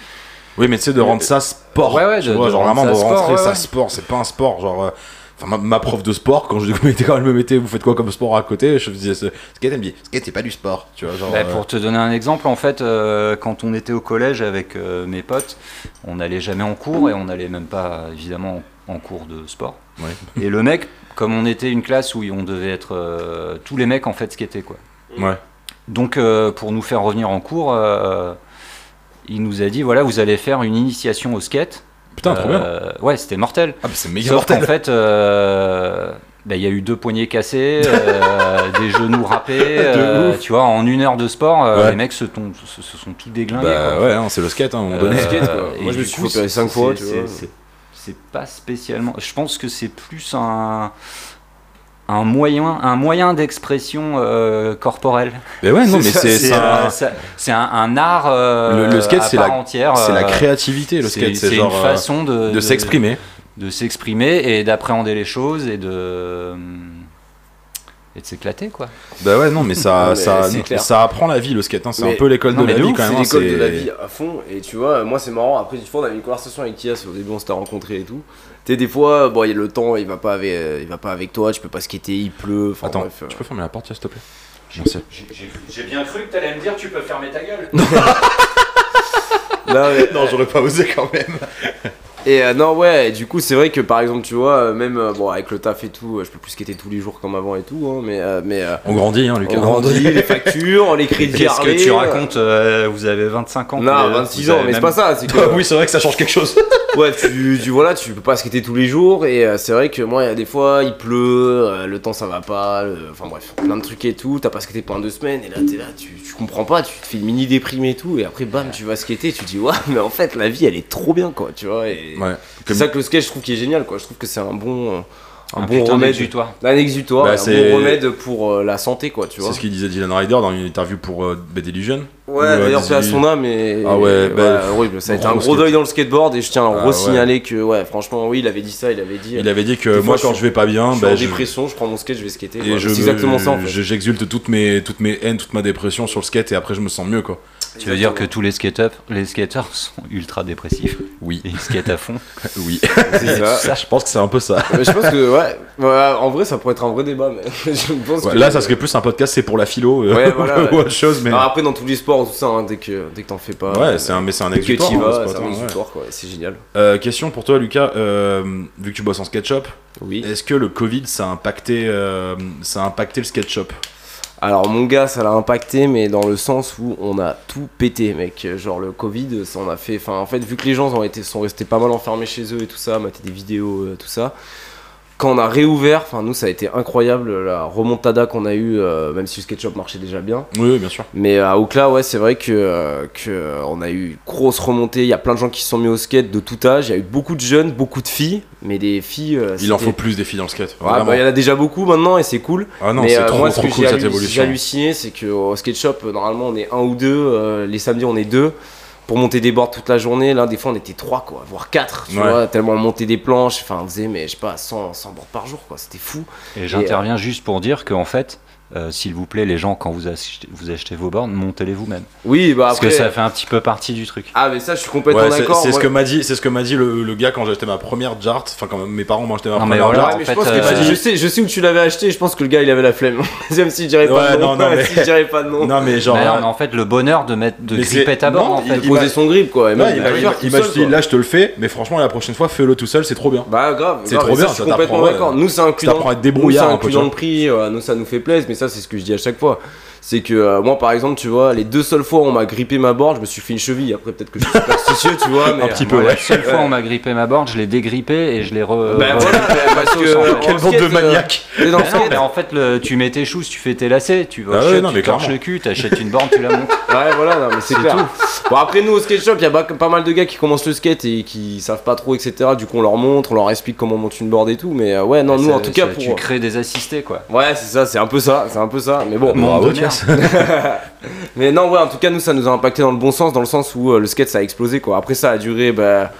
Oui, mais tu sais, de rendre ça sport. Ouais, ouais, tu de- vois, de genre rendre vraiment de ça sport, rentrer ouais, ça ouais. sport, c'est pas un sport. Genre, euh, enfin, ma, ma prof de sport, quand je mettais, quand elle me mettait, vous faites quoi comme sport à côté Je faisais ce skate, elle me dit, skate, c'est pas du sport. Tu vois, genre. Bah, euh, pour te donner un exemple, en fait, euh, quand on était au collège avec euh, mes potes, on n'allait jamais en cours et on n'allait même pas, évidemment, en en cours de sport. Ouais. Et le mec, comme on était une classe où on devait être euh, tous les mecs en fait skataient quoi. Ouais. Donc euh, pour nous faire revenir en cours, euh, il nous a dit voilà, vous allez faire une initiation au skate. Putain, trop bien. Euh, ouais, c'était mortel. Ah, bah, c'est méga Sauf qu'en mortel. fait, euh, bah, il y a eu deux poignets cassés, euh, des genoux râpés, euh, ouf. tu vois, en une heure de sport, euh, Ouais. les mecs se, tombent- se, se sont tous déglingués. Bah quoi. ouais, hein, c'est le skate, hein, à un moment Euh, donné. skate, quoi. et Moi, je me du suis coup, fait opérer cinq c'est- fois, tu c'est- vois. c'est- c'est- C'est pas spécialement. Je pense que c'est plus un un moyen, un moyen d'expression euh, corporelle. Mais bah ouais, non, mais c'est ça, c'est C'est c'est un- euh, ça- c'est un, un art. euh, Le- le skate, à c'est part la- entière. c'est la euh, créativité, le c'est skate. c'est C'est une genre euh, façon de, de s'exprimer. de s'exprimer et d'appréhender les choses et de euh, et de s'éclater quoi. Bah ouais, non, mais Non, ça mais ça c'est clair. ça apprend la vie, le skate. hein, C'est Mais- un peu l'école non, de la mais de vie ouf, quand C'est même. hein, l'école de la c'est- vie à fond. Et tu vois, euh, moi c'est marrant. Après, des fois, on avait une conversation avec Tias. Au début, on s'était rencontrés et tout. Tu sais, des fois, euh, bon, il y a le temps, il va pas avec, euh, il va pas avec toi. Tu peux pas skater, il pleut. Enfin, Attends, bref, euh, tu peux fermer la porte, s'il te plaît Merci. J'ai bien cru que t'allais me dire tu peux fermer ta gueule. non, mais- Non, j'aurais pas osé quand même. et euh, non, ouais. et du coup, c'est vrai que par exemple, tu vois, euh, même euh, bon, avec le taf et tout, euh, je peux plus skater tous les jours comme avant et tout. hein, mais euh, mais euh, On grandit, hein, on Lucas. grandit, les factures, les crédits. Qu'est-ce que Harley, tu euh, racontes euh, Vous avez 25 ans. Non, vous- 26 vous ans, avez mais c'est même- pas ça. C'est que Ah oui, c'est vrai que ça change quelque chose. Ouais, tu, tu voilà, tu peux pas skater tous les jours et euh, c'est vrai que moi, il y a des fois, il pleut, euh, le temps ça va pas, le- enfin bref, plein de trucs et tout. T'as pas skaté pendant deux semaines et là, t'es là, tu, tu comprends pas, tu te fais une mini déprime et tout. Et après, bam, tu vas skater, tu te dis, ouais, mais en fait, la vie elle est trop bien quoi, tu vois. Et Ouais. c'est ça que le skate, je trouve qui est génial quoi. Je trouve que c'est un bon, euh, un, bon Ah, putain remède d'exutoire. un exutoire Bah, un c'est- bon remède pour euh, la santé quoi tu vois C'est ce qu'il disait Dylan Ryder dans une interview pour euh, Bad Illusion. ouais Ouais, d'ailleurs c'est à dis- son âme mais euh, Ah ouais, bah, pff, horrible ça a été gros un gros skate. deuil dans le skateboard et je tiens à Ah, re-signaler que ouais franchement oui il avait dit ça il avait dit Il avait dit que Des moi, fois, quand je- je vais pas bien, je suis bah, en je- dépression je prends mon skate je vais skater et voilà. je c'est me- exactement ça en fait. je- J'exulte toutes mes, toutes mes haines, toute ma dépression sur le skate et après je me sens mieux quoi. Tu veux dire que tous les skateurs, les skateurs sont ultra dépressifs Oui, et ils skatent à fond. oui. C'est ça. ça, je pense que c'est un peu ça. Mais je pense que ouais, ouais, en vrai ça pourrait être un vrai débat mais je pense Ouais, que- là, ça serait plus un podcast, c'est pour la philo euh, Ouais, voilà, ou ouais. Ah, autre chose, mais. Alors après dans tous les sports tout ça hein, dès que dès que t'en fais pas ouais, c'est un, mais c'est un dès que exutoire. t'y hein, vas c'est c'est pas un tant, ouais. exutoire quoi et c'est génial Euh, question pour toi, Lucas. euh, vu que tu bosses en SketchUp, oui est-ce que le Covid ça a impacté, euh, ça a impacté le SketchUp Alors mon gars, ça l'a impacté, mais dans le sens où on a tout pété, mec. Genre le Covid, ça on a fait. Enfin, en fait, vu que les gens ont été, sont restés pas mal enfermés chez eux et tout ça, mater des vidéos, euh, tout ça. Quand on a réouvert, enfin nous, ça a été incroyable la remontada qu'on a eue, euh, même si le SketchUp marchait déjà bien. Oui, bien sûr. Mais euh, à Oukla, ouais, c'est vrai que, euh, que euh, on a eu grosse remontée. Il y a plein de gens qui se sont mis au skate de tout âge. Il y a eu beaucoup de jeunes, beaucoup de filles, mais des filles. euh, Il en c'était- faut plus des filles dans le skate. Ah, bah, vraiment. Il y en a déjà beaucoup maintenant et c'est cool Ah non, mais c'est euh, trop, moi, trop ce que cool j'ai cette hallu- j'ai évolution. halluciné, c'est qu'au skate shop, euh, normalement, on est un ou deux. euh, les samedis, on est deux. Pour monter des boards toute la journée, là, des fois, on était trois, quoi, voire quatre. Tu Ouais. vois, tellement on montait des planches. Enfin, on faisait, mais je sais pas, 100, 100 boards par jour, quoi. C'était fou. Et j'interviens juste pour dire qu'en fait, euh, s'il vous plaît, les gens, quand vous achetez, vous achetez vos bornes, montez-les vous-même. Oui, bah Parce après. que ça fait un petit peu partie du truc. Ah, mais ça, je suis complètement Ouais, c'est d'accord. c'est ce ouais. que m'a dit, c'est ce que m'a dit le, le gars quand j'ai acheté ma première jart. Enfin, quand mes parents m'ont acheté ma Non, mais première voilà, jart. Ouais, mais je en fait, pense que euh, tu- je sais, je sais où tu l'avais acheté. Je pense que le gars, il avait la flemme. Même si je dirais pas Ouais, non, non, non, mais- si je dirais pas non. Non, mais genre. Mais non, euh, là- mais en fait, le bonheur de mettre de Mais gripper c'est- ta borne, non, en fait. il- Il posait m'a- son grip, quoi. et là, même, il il m'a- avait il fait m'a- tout il m'a seul, dit, quoi. là, je te le fais, mais franchement, la prochaine fois, fais-le tout seul, c'est trop bien. Bah grave, C'est grave, trop mais ça, bien, je suis ça t'apprend, complètement ouais. d'accord. Nous c'est inclus Ça dans, t'apprend à être nous, c'est débrouillard, un peu, inclus tu dans vois. le prix, euh, nous ça nous fait plaisir, mais ça c'est ce que je dis à chaque fois. C'est que euh, moi par exemple, tu vois, les deux seules fois où on m'a grippé ma board, je me suis fait une cheville. Après peut-être que je suis superstitieux, tu vois, mais Un petit peu, Moi, ouais. La seule fois où on m'a grippé ma borne, je l'ai dégrippée et je l'ai re. Bah re- voilà, parce que Quel en bande de skate, euh, maniaques. t'es dans le Bah non, skate, mais en fait, le- tu mets tes shoes, tu fais tes lacets, tu vas Ah au ouais, shop, non, tu mais torches clairement. le cul, t'achètes une borne, tu la montes. Ouais, voilà, non, mais c'est clair. Bon, après, nous, au skate shop, il y a ba- pas mal de gars qui commencent le skate et qui savent pas trop, etc. Du coup, on leur montre, on leur explique comment on monte une board et tout. Mais euh, ouais, non, nous, Ah, Ça- en tout ça- cas, Tu pour. crées des assistés, quoi. Ouais, c'est ça, c'est un peu ça, c'est un peu ça. Mais bon, Monde bravo, de merde. Mais non, ouais, en tout cas, nous, ça nous a impacté dans le bon sens, dans le sens où euh, le skate, ça a explosé, quoi. Après, ça a duré, bah,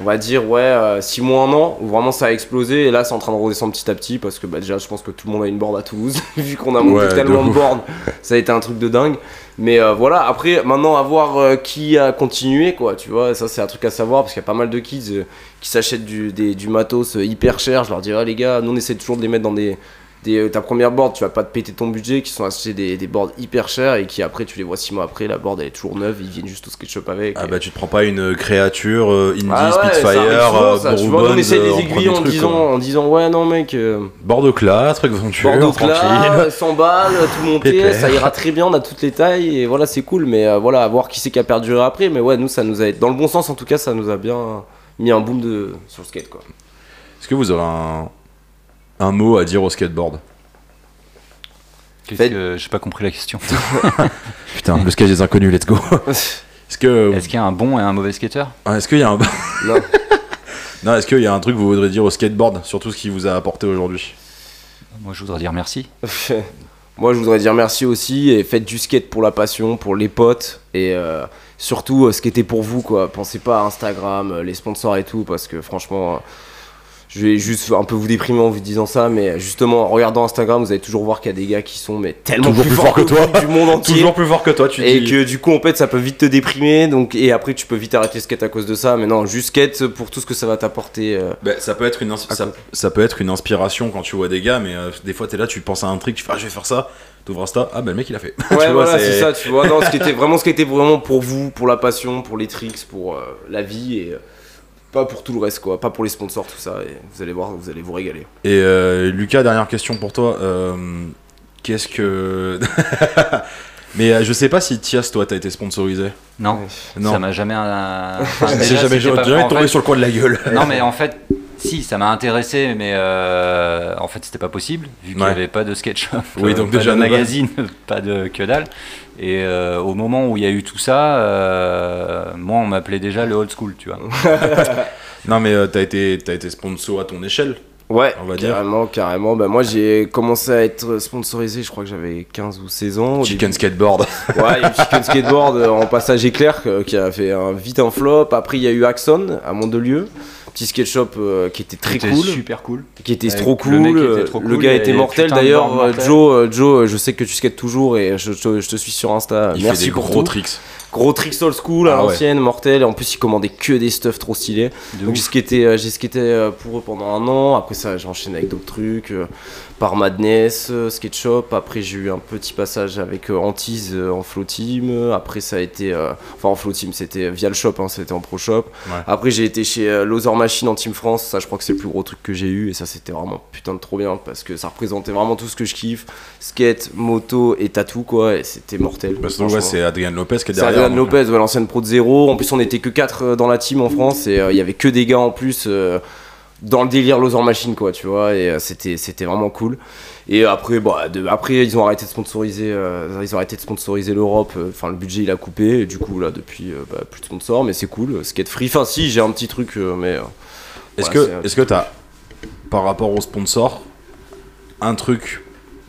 on va dire, ouais, 6 mois, 1 an, où vraiment ça a explosé. Et là, c'est en train de redescendre petit à petit, parce que, bah, déjà, je pense que tout le monde a une borne à Toulouse, vu qu'on a monté Ouais, de tellement de ouf. bornes, ça a été un truc de dingue. Mais euh, voilà, après, maintenant, à voir euh, qui a continué, quoi, tu vois, ça, c'est un truc à savoir, parce qu'il y a pas mal de kids euh, qui s'achètent du, des- du matos euh, hyper cher. Je leur dis, ah, les gars, nous, on essaie toujours de les mettre dans des des- euh, ta première board, tu vas pas te péter ton budget, qui sont achetés des, des boards hyper chères et qui après tu les vois six mois après, la board elle est toujours neuve, ils viennent juste au sketchup avec. Ah et- bah tu te prends pas une créature euh, Indie, Ah ouais, ça Spitfire, arrive souvent, euh, ça, tu Bourbon, vois, nous, on essaie euh, des en aiguilles premier en, truc, disant, quoi. en disant ouais non mec, euh, Bordeaux Clas, truc venture, Bordeaux tranquille. classe, 100 balles, tout monté, Pépère. ça ira très bien, on a toutes les tailles et voilà c'est cool, mais euh, voilà à voir qui c'est qui a perduré après, mais ouais nous ça nous a dans le bon sens en tout cas ça nous a bien mis un boom de sur le skate quoi. Est-ce que vous aurez un, un mot à dire au skateboard Qu'est-ce Faites- que- J'ai pas compris la question. Putain, le skate des inconnus, let's go. Est-ce que Est-ce qu'il y a un bon et un mauvais skateur ah, est-ce qu'il y a un Non. non, est-ce qu'il y a un truc que vous voudrez dire au skateboard, surtout ce qui vous a apporté aujourd'hui Moi, je voudrais dire merci. Moi, je voudrais dire merci aussi et faites du skate pour la passion, pour les potes et euh, surtout euh, skatez pour vous quoi. Pensez pas à Instagram, euh, les sponsors et tout parce que franchement, euh, je vais juste un peu vous déprimer en vous disant ça, mais justement en regardant Instagram, vous allez toujours voir qu'il y a des gars qui sont mais tellement Toujours plus, plus forts fort que toi. vous, du monde entier. Toujours plus fort que toi, tu Et dis. que du coup, en fait, ça peut vite te déprimer, donc et après, tu peux vite arrêter le skate à cause de ça. Mais non, juste skate pour tout ce que ça va t'apporter. euh, Bah, ça peut être une ins- Ah, ça, cool. ça peut être une inspiration quand tu vois des gars, mais euh, des fois t'es là, tu penses à un truc, tu fais ah je vais faire ça, t'ouvres Insta, ah bah le mec il a fait. Tu Ouais, vois, voilà, c'est ça, tu vois. Non, ce qui était vraiment ce qui était vraiment pour vous, pour la passion, pour les tricks, pour euh, la vie et euh, pas pour tout le reste, quoi. Pas pour les sponsors, tout ça. Et vous allez voir, vous allez vous régaler. Et euh, Lucas, dernière question pour toi. euh, Qu'est-ce que. Mais euh, je sais pas si Tias, toi, t'as été sponsorisé. Non, Non. ça m'a jamais. euh, enfin, Ah, J'ai déjà, jamais, c'était pas- jamais en tombé fait, sur le coin de la gueule. Euh, Non, mais en fait, si, ça m'a intéressé, mais euh, en fait, c'était pas possible, vu qu'il n'y Ouais. avait pas de sketch shop, Oui, donc pas déjà, de de base. magazine, pas de que dalle. Et euh, au moment où il y a eu tout ça, euh, moi, on m'appelait déjà le old school, tu vois. Non, mais euh, t'as été, t'as été sponsor à ton échelle. Ouais, On va dire. carrément, carrément. Bah, moi, j'ai commencé à être sponsorisé, je crois que j'avais 15 ou 16 ans. au Chicken skateboard. début. Ouais, il y a eu Chicken Skateboard euh, en passage éclair euh, qui a fait un, vite un flop. Après, il y a eu Axon à Mondelieu. Petit skate shop euh, qui était très C'était cool, super cool. qui était Avec trop le cool. mec qui était euh, trop le cool gars et était putain mortel de d'ailleurs. bord euh, mortel. Joe, euh, Joe, euh, je sais que tu skates toujours et je, je- je te suis sur Insta. Il Merci fait des pour gros tout. tricks. Gros tricks old school à Ah ouais. l'ancienne, mortel. Et en plus, il commandait que des stuffs trop stylés. De Donc ouf. j'ai skaté, euh, j'ai skaté euh, pour eux pendant un an, après ça j'enchaîne avec d'autres trucs, euh, par Madness, euh, Skate Shop, après j'ai eu un petit passage avec euh, Antise euh, en Flow Team, euh, après ça a été, euh, enfin en Flow Team c'était via le shop, hein, c'était en Pro Shop, Ouais. après j'ai été chez euh, Loser Machine en Team France, ça je crois que c'est le plus gros truc que j'ai eu et ça c'était vraiment putain de trop bien parce que ça représentait vraiment tout ce que je kiffe, skate, moto et tatou quoi, et c'était mortel. Parce que Bah, ouais, franchement. c'est Adrien Lopez qui est C'est derrière. Adrien donc, euh, Lopez, ouais, l'ancienne pro de zéro. En plus, on était que 4 dans la team en France et euh, il y avait que des gars en plus euh, dans le délire Loser Machine, quoi, tu vois. Et euh, c'était, c'était vraiment cool. Et après, bah, de- après, ils ont arrêté de sponsoriser, euh, ils ont arrêté de sponsoriser l'Europe. euh, Enfin, le budget il a coupé. Et du coup, là, depuis, euh, bah, plus de sponsors, mais c'est cool. Skate free. Enfin, si, j'ai un petit truc, euh, mais euh, Est-ce Voilà, que, c'est- est-ce que t'as, par rapport au sponsor, un truc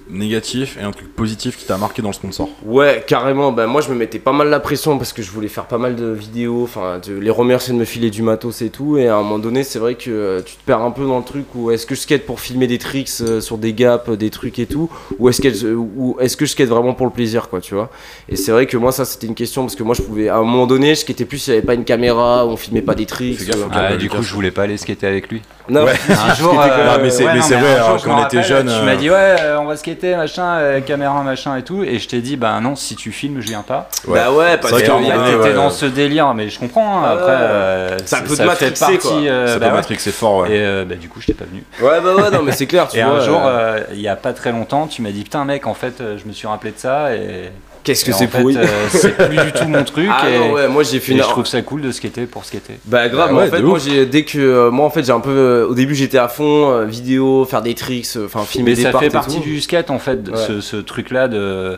négatif et un truc positif qui t'a marqué dans le sponsor Ouais, carrément. Ben, moi, je me mettais pas mal la pression parce que je voulais faire pas mal de vidéos, enfin, de les remercier de me filer du matos et tout. Et à un moment donné, c'est vrai que euh, tu te perds un peu dans le truc où est-ce que je skate pour filmer des tricks euh, sur des gaps, euh, des trucs et tout, ou est-ce que, ou est-ce que je skate vraiment pour le plaisir, quoi, tu vois. Et c'est vrai que moi, ça, c'était une question parce que moi, je pouvais, à un moment donné, je skatais plus s'il y avait pas une caméra, on filmait pas des tricks. Fais gaffe, euh, faut Ah, Ouais, du Lucas. coup, je voulais pas aller skater avec lui. Non, Ouais. Un jour, skatais quand euh, même. mais c'est- mais c'est un vrai, jour, hein, je quand me on était rappelle, jeunes, Tu euh, m'as dit, ouais, euh, on va skater, machin, euh, caméra, machin et tout. Et je t'ai dit, bah non, si tu filmes, je viens pas. Bah ouais, parce vrai que Et qu'il y a on un moment, était ouais. dans ce délire, mais je comprends. hein, Ah après, ouais. euh, Ça peut te fait matrixer, partie, quoi. euh, Ça bah peut ouais. Matrix, c'est fort, ouais. Et euh, bah, du coup, je t'ai pas venu. Ouais, bah ouais, non, mais c'est clair, tu et vois. un jour, euh, euh, il y a pas très longtemps, tu m'as dit, putain, mec, en fait, euh, je me suis rappelé de ça. Et, qu'est-ce et que en c'est fait, pourri. euh, C'est plus du tout mon truc. Ah et non, ouais, moi, j'ai fait et une. je trouve ça cool de skater pour skater. Bah grave, Bah mais ouais, en fait de moi ouf. j'ai dès que euh, moi en fait j'ai un peu euh, au début j'étais à fond euh, vidéo, faire des tricks, euh, enfin filmer Mais des ça parts fait et partie tout. du skate en fait, Ouais. ce, ce truc-là de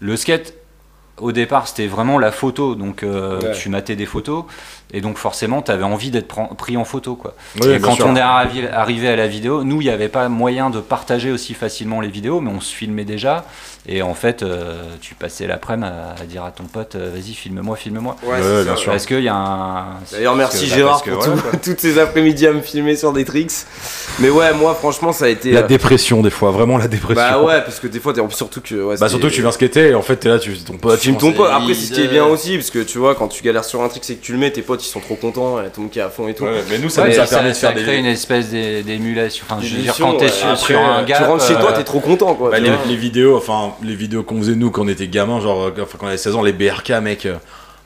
le skate. Au départ, c'était vraiment la photo, donc euh, Ouais. tu matais des photos, et donc forcément, tu avais envie d'être pren- pris en photo, quoi. Ouais, et bien quand sûr. on est arri- arrivé à la vidéo, nous, il n'y avait pas moyen de partager aussi facilement les vidéos, mais on se filmait déjà, et en fait, euh, tu passais l'après-midi à, à dire à ton pote, euh, vas-y, filme-moi, filme-moi. Ouais, c'est bien ça. sûr. Parce qu'il y a un. D'ailleurs parce merci que- Gérard parce que pour voilà, tout- toutes ces après-midi à me filmer sur des tricks. Mais ouais moi franchement ça a été La euh, dépression, des fois, vraiment la dépression. Bah ouais parce que des fois t'es surtout que ouais, Bah c'était- surtout que tu viens skater et en fait t'es là, tu ton pote. tu me ton tombes pas. Après c'est ce qui est bien aussi parce que tu vois quand tu galères sur un trick c'est que tu le mets tes potes ils sont trop contents, et tout le monde qui est à fond et tout. mais nous Ça, ça nous ça, a permis de ça faire crée des. une espèce d'é- d'émulation. Enfin, je veux dire, Émulsion, quand t'es ouais. sur, Après, sur un euh, gap, tu rentres chez toi euh, t'es trop content quoi. Bah, tu les, vois. les vidéos, enfin les vidéos qu'on faisait nous quand on était gamin, genre euh, enfin, quand on avait 16 ans, les BRK mec. euh,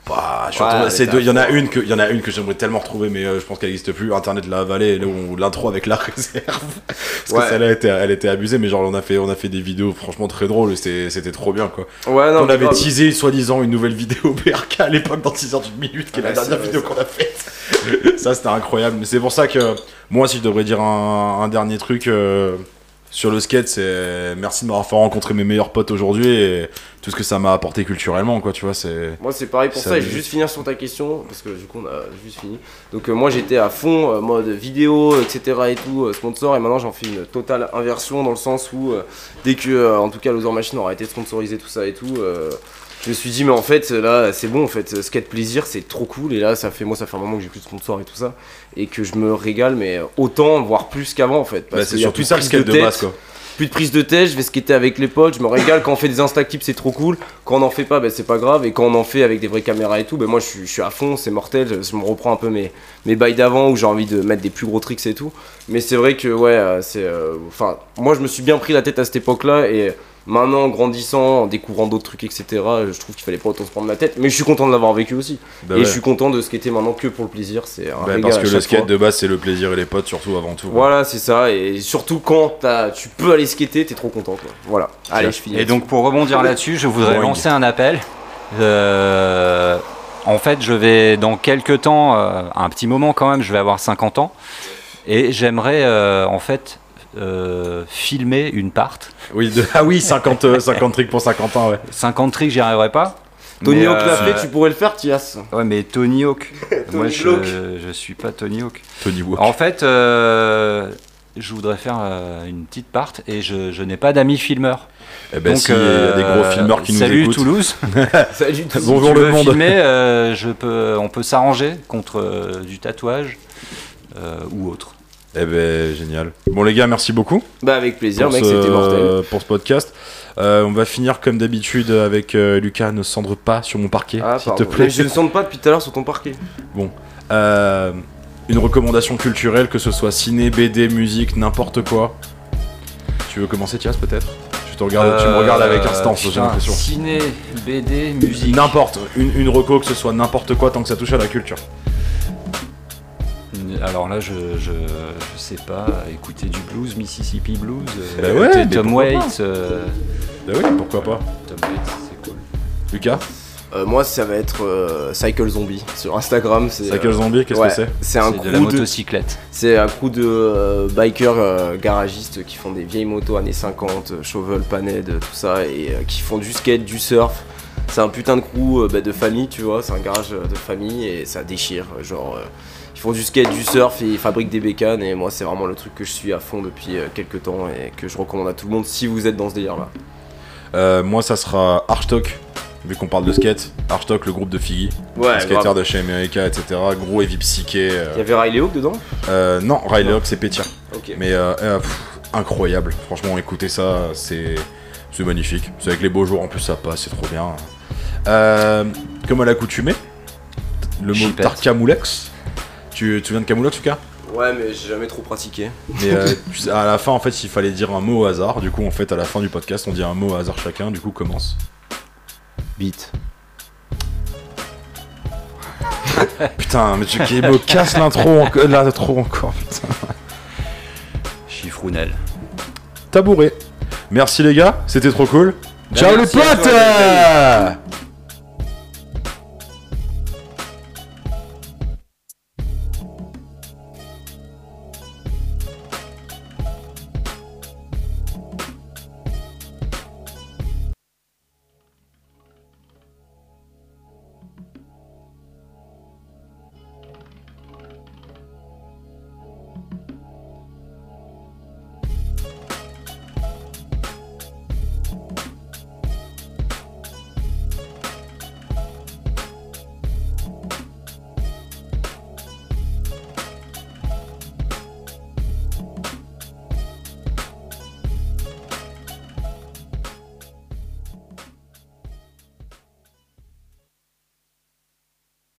bah, je suis Ouais, retourné mais à ces t'as deux. Il y en a fort. une que il y en a une que j'aimerais tellement retrouver, mais euh, je pense qu'elle n'existe plus. Internet l'a avalé, là où on- l'intro avec la réserve. Parce Ouais. que celle-là était, elle était abusée, mais genre on a fait on a fait des vidéos franchement très drôles, et c'était c'était trop bien quoi. Ouais Ah non on mais avait grave. teasé soi-disant une nouvelle vidéo BRK à l'époque dans 6 heures d'une minute, qui est Ouais, la c'est dernière vrai, vidéo qu'on a faite. ça, c'était incroyable. Mais c'est pour ça que moi, si je devrais dire un, un dernier truc euh, sur le skate, c'est merci de m'avoir fait rencontrer mes meilleurs potes aujourd'hui et tout ce que ça m'a apporté culturellement, quoi. Tu vois, c'est. bah, Moi c'est pareil pour Ça ça, et je me- vais juste finir sur ta question, parce que du coup on a juste fini. Donc euh, moi j'étais à fond, euh, mode vidéo, etc. et tout, euh, sponsor, et maintenant j'en fais une totale inversion dans le sens où euh, dès que, euh, en tout cas, Loser Machine aura été sponsorisé, tout ça et tout, euh, je me suis dit mais en fait là c'est bon en fait, skate plaisir c'est trop cool, et là ça fait, moi ça fait un moment que j'ai plus de sponsor et tout ça, et que je me régale, mais autant, voire plus qu'avant en fait. Parce Bah, c'est qu'il y a surtout plus ça le prise skate de, tête, base, quoi. plus de prise de tête, je vais skater avec les potes, je me régale, quand on fait des instactips c'est trop cool, quand on en fait pas ben, c'est pas grave, et quand on en fait avec des vraies caméras et tout, ben moi je suis, je suis à fond, c'est mortel, je, je me reprends un peu mes, mes bails d'avant où j'ai envie de mettre des plus gros tricks et tout, mais c'est vrai que ouais, euh, c'est... euh, Enfin, moi je me suis bien pris la tête à cette époque-là, et maintenant en grandissant, en découvrant d'autres trucs, etc., je trouve qu'il fallait pas autant se prendre la tête, mais je suis content de l'avoir vécu aussi, Bah, et ouais. je suis content de skater maintenant que pour le plaisir, c'est un Bah, régal parce à que le chaque skate fois. de base, c'est le plaisir et les potes, surtout avant tout. quoi. Voilà, c'est ça, et surtout quand t'as- tu peux aller skater, t'es trop content quoi. Voilà, allez, je finis. Et donc pour rebondir là-dessus, je voudrais Boing. lancer un appel. Euh, en fait, je vais dans quelques temps, euh, un petit moment quand même, je vais avoir 50 ans, et j'aimerais euh, en fait euh, filmer une part. Oui, de- Ah oui, 50, euh, 50 tricks pour 50 ans, ouais. 50 tricks, j'y arriverai pas. Tony Mais, Hawk l'a euh, fait, tu pourrais le faire, Tias. Ouais, mais Tony Hawk. Tony Moi, je, Hawk. je suis pas Tony Hawk. Tony Wood. En fait, euh, je voudrais faire euh, une petite part et je, je n'ai pas d'amis filmeurs. Eh ben, s'il y a euh, des gros filmeurs qui nous salut écoutent. Toulouse. Salut, tout- Bonjour tu le veux monde. filmer, euh, je peux, on peut s'arranger contre euh, du tatouage euh, ou autre. Eh ben, génial. Bon, les gars, merci beaucoup. Bah, avec plaisir, pour mec, ce- c'était mortel. Pour ce podcast. Euh, on va finir comme d'habitude avec euh, Lucas, ne cendre pas sur mon parquet, Ah, s'il te pardon. plaît. Mais Je ne sonne pas depuis tout à l'heure sur ton parquet. Euh, une recommandation culturelle, que ce soit ciné, BD, musique, n'importe quoi. Tu veux commencer, Thias, peut-être tu, te regardes, Ah, tu me Euh, regardes avec instance, j'ai putain, l'impression. Ciné, BD, musique. N'importe, une, une reco, que ce soit n'importe quoi, tant que ça touche à la culture. Alors là, je, je, je sais pas, écouter du blues, Mississippi blues, euh, Bah ouais, écouter mais Tom pourquoi Waits. euh, Bah oui, pourquoi pas. Tom Waits, c'est cool. Lucas, Euh, moi, ça va être euh, Cycle Zombie sur Instagram. C'est Cycle euh, Zombie, qu'est-ce ouais, que c'est C'est un C'est de la crew de, motocyclette. c'est un crew de euh, bikers euh, garagistes qui font des vieilles motos années 50, euh, shovel, panhead, euh, tout ça, et euh, qui font du skate, du surf. C'est un putain de crew euh, bah, de famille, tu vois. C'est un garage euh, de famille et ça déchire. euh, Genre, euh, ils font du skate, du surf, et ils fabriquent des bécanes. Et moi, c'est vraiment le truc que je suis à fond depuis euh, quelques temps et que je recommande à tout le monde si vous êtes dans ce délire-là. Euh, Moi, ça sera Archtok, vu qu'on parle de skate. Archtok, le groupe de Figgy. Ouais, skater grave. de chez America, etc. Gros heavy psyché. euh, Il y avait Riley Hawk dedans euh, non, Riley Hawk, c'est Pétir. Ok. Mais euh, euh, pff, incroyable. Franchement, écoutez ça, c'est c'est magnifique. C'est avec les beaux jours en plus, ça passe, c'est trop bien. Euh, comme à l'accoutumée, le mot Chipette. Tarkamoulex. Tu, tu viens de Camoulox, Lucas Ouais, mais j'ai jamais trop pratiqué. Mais euh, tu sais, à la fin, en fait, il fallait dire un mot au hasard. Du coup, en fait, à la fin du podcast, on dit un mot au hasard chacun. Du coup, commence. Vite. Putain, mais tu qui me casse l'intro encore. L'intro encore, putain. Chiffrounel. Tabouret. Merci les gars, c'était trop cool. Ciao les Bah, merci à toi, potes les amis.